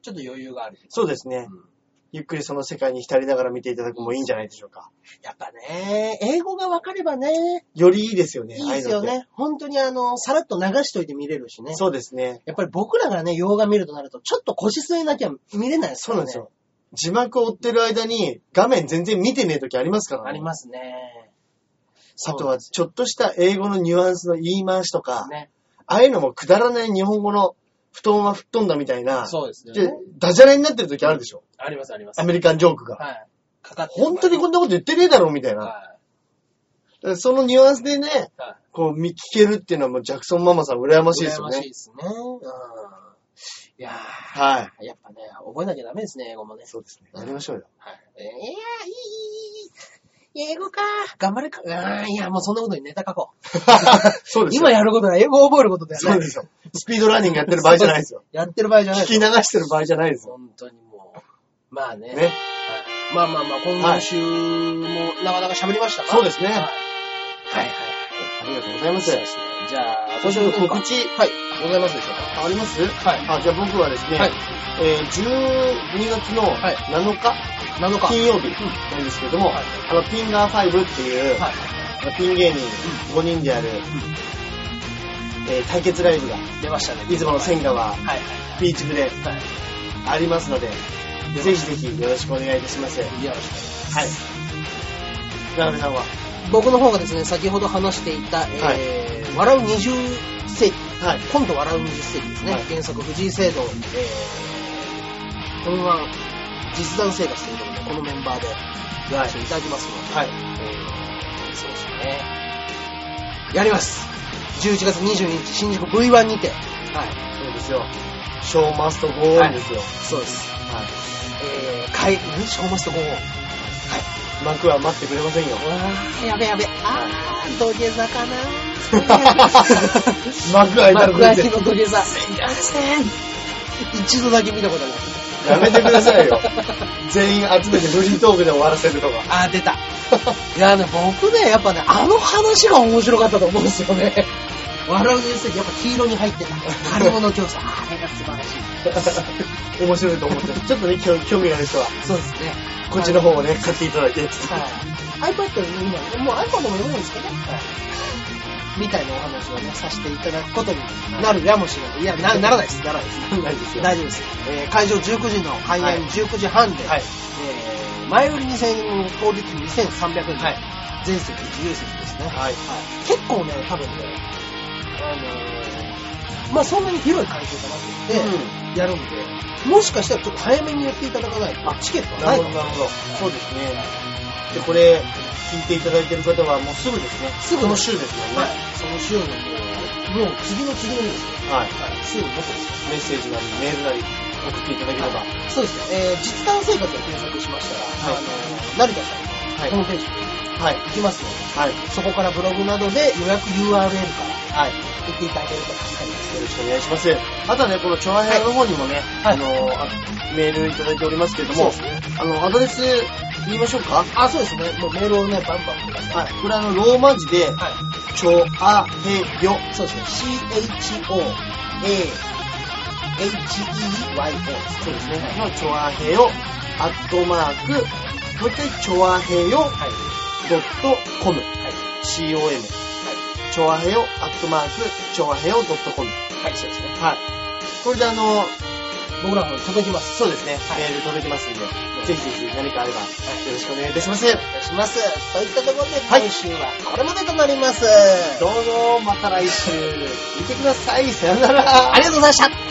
[SPEAKER 2] ちょっと余裕がある。
[SPEAKER 1] そうですね。
[SPEAKER 2] うん
[SPEAKER 1] ゆっくりその世界に浸りながら見ていただくのもいいんじゃないでしょうか。
[SPEAKER 2] やっぱね、英語が分かればね、
[SPEAKER 1] よりいいですよね。
[SPEAKER 2] いいですよ
[SPEAKER 1] ああいうのっ。
[SPEAKER 2] ね。本当にあの、さらっと流しといて見れるしてね。
[SPEAKER 1] そうですね。
[SPEAKER 2] やっぱり僕らがね、洋画見るとなると、ちょっと腰据えなきゃ見れないです
[SPEAKER 1] そ
[SPEAKER 2] か
[SPEAKER 1] うなん
[SPEAKER 2] らね。
[SPEAKER 1] ですよ。字幕を追ってる間に画面全然見てねえ時ありますからね。
[SPEAKER 2] ありますね。
[SPEAKER 1] あとは、ちょっとした英語のニュアンスの言い回しとか、
[SPEAKER 2] ね。
[SPEAKER 1] ああいうのもくだらない日本語の布団は吹っ飛んだみたいな、
[SPEAKER 2] そうです
[SPEAKER 1] で
[SPEAKER 2] ね。
[SPEAKER 1] ダジャレになってる時あるでしょ、
[SPEAKER 2] あります、あります。
[SPEAKER 1] ア
[SPEAKER 2] は
[SPEAKER 1] メリカンジョークが。
[SPEAKER 2] い。かかってる
[SPEAKER 1] 本当にこんなこと言ってねえだろみたいな。
[SPEAKER 2] は
[SPEAKER 1] だからそのニュアンスでね、
[SPEAKER 2] い。はい。
[SPEAKER 1] こう見聞けるっていうのはもうジャクソンママさん羨ましいですよ
[SPEAKER 2] 羨ましい
[SPEAKER 1] ね。
[SPEAKER 2] ですね。うん。いや
[SPEAKER 1] はい。
[SPEAKER 2] ー、やっぱね、覚えなきゃダメですね、英語もね。
[SPEAKER 1] そうですね。やりましょう よ。
[SPEAKER 2] はい。えーいやー、いい、いい、いい。英語かー。頑張るか。あーいや、もうそんなことにネタ書こう。
[SPEAKER 1] そうですよ。
[SPEAKER 2] 今やることは英語を覚えることだよね。
[SPEAKER 1] そうですよ。スピードランニングやってる場合じゃないですよ。
[SPEAKER 2] やってる場合じゃ ない
[SPEAKER 1] 聞
[SPEAKER 2] です
[SPEAKER 1] き
[SPEAKER 2] よ
[SPEAKER 1] 流してる場合じゃないですよ。
[SPEAKER 2] 本当にもう。まあね。
[SPEAKER 1] ね
[SPEAKER 2] はいまあまあまあ、今週もなかなか喋りましたか、
[SPEAKER 1] そうですね
[SPEAKER 2] はいはいはい。
[SPEAKER 1] ありがとうございま
[SPEAKER 2] そ
[SPEAKER 1] す
[SPEAKER 2] う。ですね。じゃあ、
[SPEAKER 1] 今
[SPEAKER 2] 今
[SPEAKER 1] 週
[SPEAKER 2] 週
[SPEAKER 1] の
[SPEAKER 2] の
[SPEAKER 1] 告
[SPEAKER 2] 告
[SPEAKER 1] 知
[SPEAKER 2] 知、はい。ございますでしょう
[SPEAKER 1] あります
[SPEAKER 2] かはい。
[SPEAKER 1] あ、じゃあ僕はですね、
[SPEAKER 2] はい
[SPEAKER 1] えー12月の
[SPEAKER 2] はい
[SPEAKER 1] 7日、
[SPEAKER 2] 7日。
[SPEAKER 1] 金曜日
[SPEAKER 2] うん
[SPEAKER 1] なんですけれども、
[SPEAKER 2] はい
[SPEAKER 1] あの、ピンガー5っていう、
[SPEAKER 2] はい。
[SPEAKER 1] あのピン芸人5人でやる、えー対決ライブが、
[SPEAKER 2] 出ましたね。
[SPEAKER 1] いつもの千川
[SPEAKER 2] はいはい。
[SPEAKER 1] ビーチ部で
[SPEAKER 2] はい。
[SPEAKER 1] ありますので、ぜひぜひよろしくお願いいたします。はい。
[SPEAKER 2] よろしくお願いします
[SPEAKER 1] 長部さんは、
[SPEAKER 2] 僕の方がですね、先ほど話していた、えー
[SPEAKER 1] はい
[SPEAKER 2] 笑う20世紀、
[SPEAKER 1] はい。
[SPEAKER 2] 今度笑う20世紀ですね、
[SPEAKER 1] はい
[SPEAKER 2] 原作藤井聖堂、えー、本案、実弾生活ということで、このメンバーでやらせていただきますので、
[SPEAKER 1] はい。
[SPEAKER 2] えーそうですね。やります。11月22日、新宿 V1 にて。はい。
[SPEAKER 1] そうですよ。ショーマストゴーンですよ。
[SPEAKER 2] そうです。
[SPEAKER 1] はい。
[SPEAKER 2] えー、会、んショーマスト5はい。
[SPEAKER 1] 幕は待ってくれませんよ。
[SPEAKER 2] わー、やべやべ。あー、土下座かな
[SPEAKER 1] 幕開いたら
[SPEAKER 2] 幕
[SPEAKER 1] これ
[SPEAKER 2] 開
[SPEAKER 1] で
[SPEAKER 2] きの土下座。すいません。一度だけ見たことない。
[SPEAKER 1] やめてくださいよ。全員集めてフリートークで終わらせるとか。
[SPEAKER 2] あー、出た。 いやね、僕ね、やっぱね、あの話が面白かったと思うんですよね。 笑う先生、やっぱ黄色に入ってた。買い物競 争。あれが素晴らし い。
[SPEAKER 1] 面白いと思って、ちょっとね、興興味がある人は、
[SPEAKER 2] そうですね。
[SPEAKER 1] こっちの方をね、買っていただいて。
[SPEAKER 2] はい。iPad の今、もう iPad も読めるんですけどね。みたいなお話をね、させていただくことになるやもしれない。いや、なならないです。ならないです。
[SPEAKER 1] なんないですよ。
[SPEAKER 2] 大丈夫です。えー会場19時の開
[SPEAKER 1] はい
[SPEAKER 2] 演19時半で、
[SPEAKER 1] はい
[SPEAKER 2] えー前売り2000円、当日2300円。
[SPEAKER 1] はい
[SPEAKER 2] 全席自由席ですね。
[SPEAKER 1] はい
[SPEAKER 2] 結構ね、多分ね、あのーまあそんなに広い会場じゃなくて、やるんで、もしかしたらちょっと早めにやっていただかないと、チケットは
[SPEAKER 1] な
[SPEAKER 2] ない
[SPEAKER 1] るほど、なる
[SPEAKER 2] かもしれない
[SPEAKER 1] ほど。そうですね。で、これ、聞いていただいてる方はもうすぐですね。
[SPEAKER 2] すぐ
[SPEAKER 1] この週ですよ
[SPEAKER 2] はい
[SPEAKER 1] ね。。
[SPEAKER 2] その週のもう、もう次の次の日ですね。
[SPEAKER 1] はい。
[SPEAKER 2] はい。すぐもっとです
[SPEAKER 1] メッセージなり、メールなり、送っていただければ。は
[SPEAKER 2] ね。そうですね。えー、実感生活を検索しましたら、
[SPEAKER 1] はい
[SPEAKER 2] あの、成田さんの
[SPEAKER 1] い
[SPEAKER 2] ホー。ムページに
[SPEAKER 1] はい。
[SPEAKER 2] 行きますので、
[SPEAKER 1] はい。
[SPEAKER 2] そこからブログなどで予約 URL から
[SPEAKER 1] はい。
[SPEAKER 2] 行っていただけると助かります。
[SPEAKER 1] よろしくお願いします。あとはね、このチョアヘアの方にもね、
[SPEAKER 2] はい
[SPEAKER 1] あのあメールいただいておりますけれど
[SPEAKER 2] そう
[SPEAKER 1] も
[SPEAKER 2] です、ね。
[SPEAKER 1] あの、アドレス言いましょうか
[SPEAKER 2] あ、そうですね。もうメールをね、バンバンください。
[SPEAKER 1] はい。これあの、ローマ字で、
[SPEAKER 2] は
[SPEAKER 1] チョアヘヨ。
[SPEAKER 2] い。そうですね。CHOA、
[SPEAKER 1] そうですね。
[SPEAKER 2] HEYO ですね。
[SPEAKER 1] のチョアヘヨ、アットマーク、もう一回、チョアヘヨ、
[SPEAKER 2] はい。
[SPEAKER 1] ドットコム。
[SPEAKER 2] はい。
[SPEAKER 1] COM。チョアヘヨ、アットマーク、チョアヘヨ、ドットコム。
[SPEAKER 2] はい。はい、そうですね。
[SPEAKER 1] はい。これであの、
[SPEAKER 2] 僕らの方に届きます。
[SPEAKER 1] そうですね、
[SPEAKER 2] はい
[SPEAKER 1] メール届きますんで、ぜひぜひ何かあれば、よ
[SPEAKER 2] い
[SPEAKER 1] ろしくお願いいたします。
[SPEAKER 2] お願いします。といったところで、
[SPEAKER 1] はい
[SPEAKER 2] 今週はこれまでとなります。
[SPEAKER 1] どうぞ、また来週。見てください。さよなら。
[SPEAKER 2] ありがとうございました。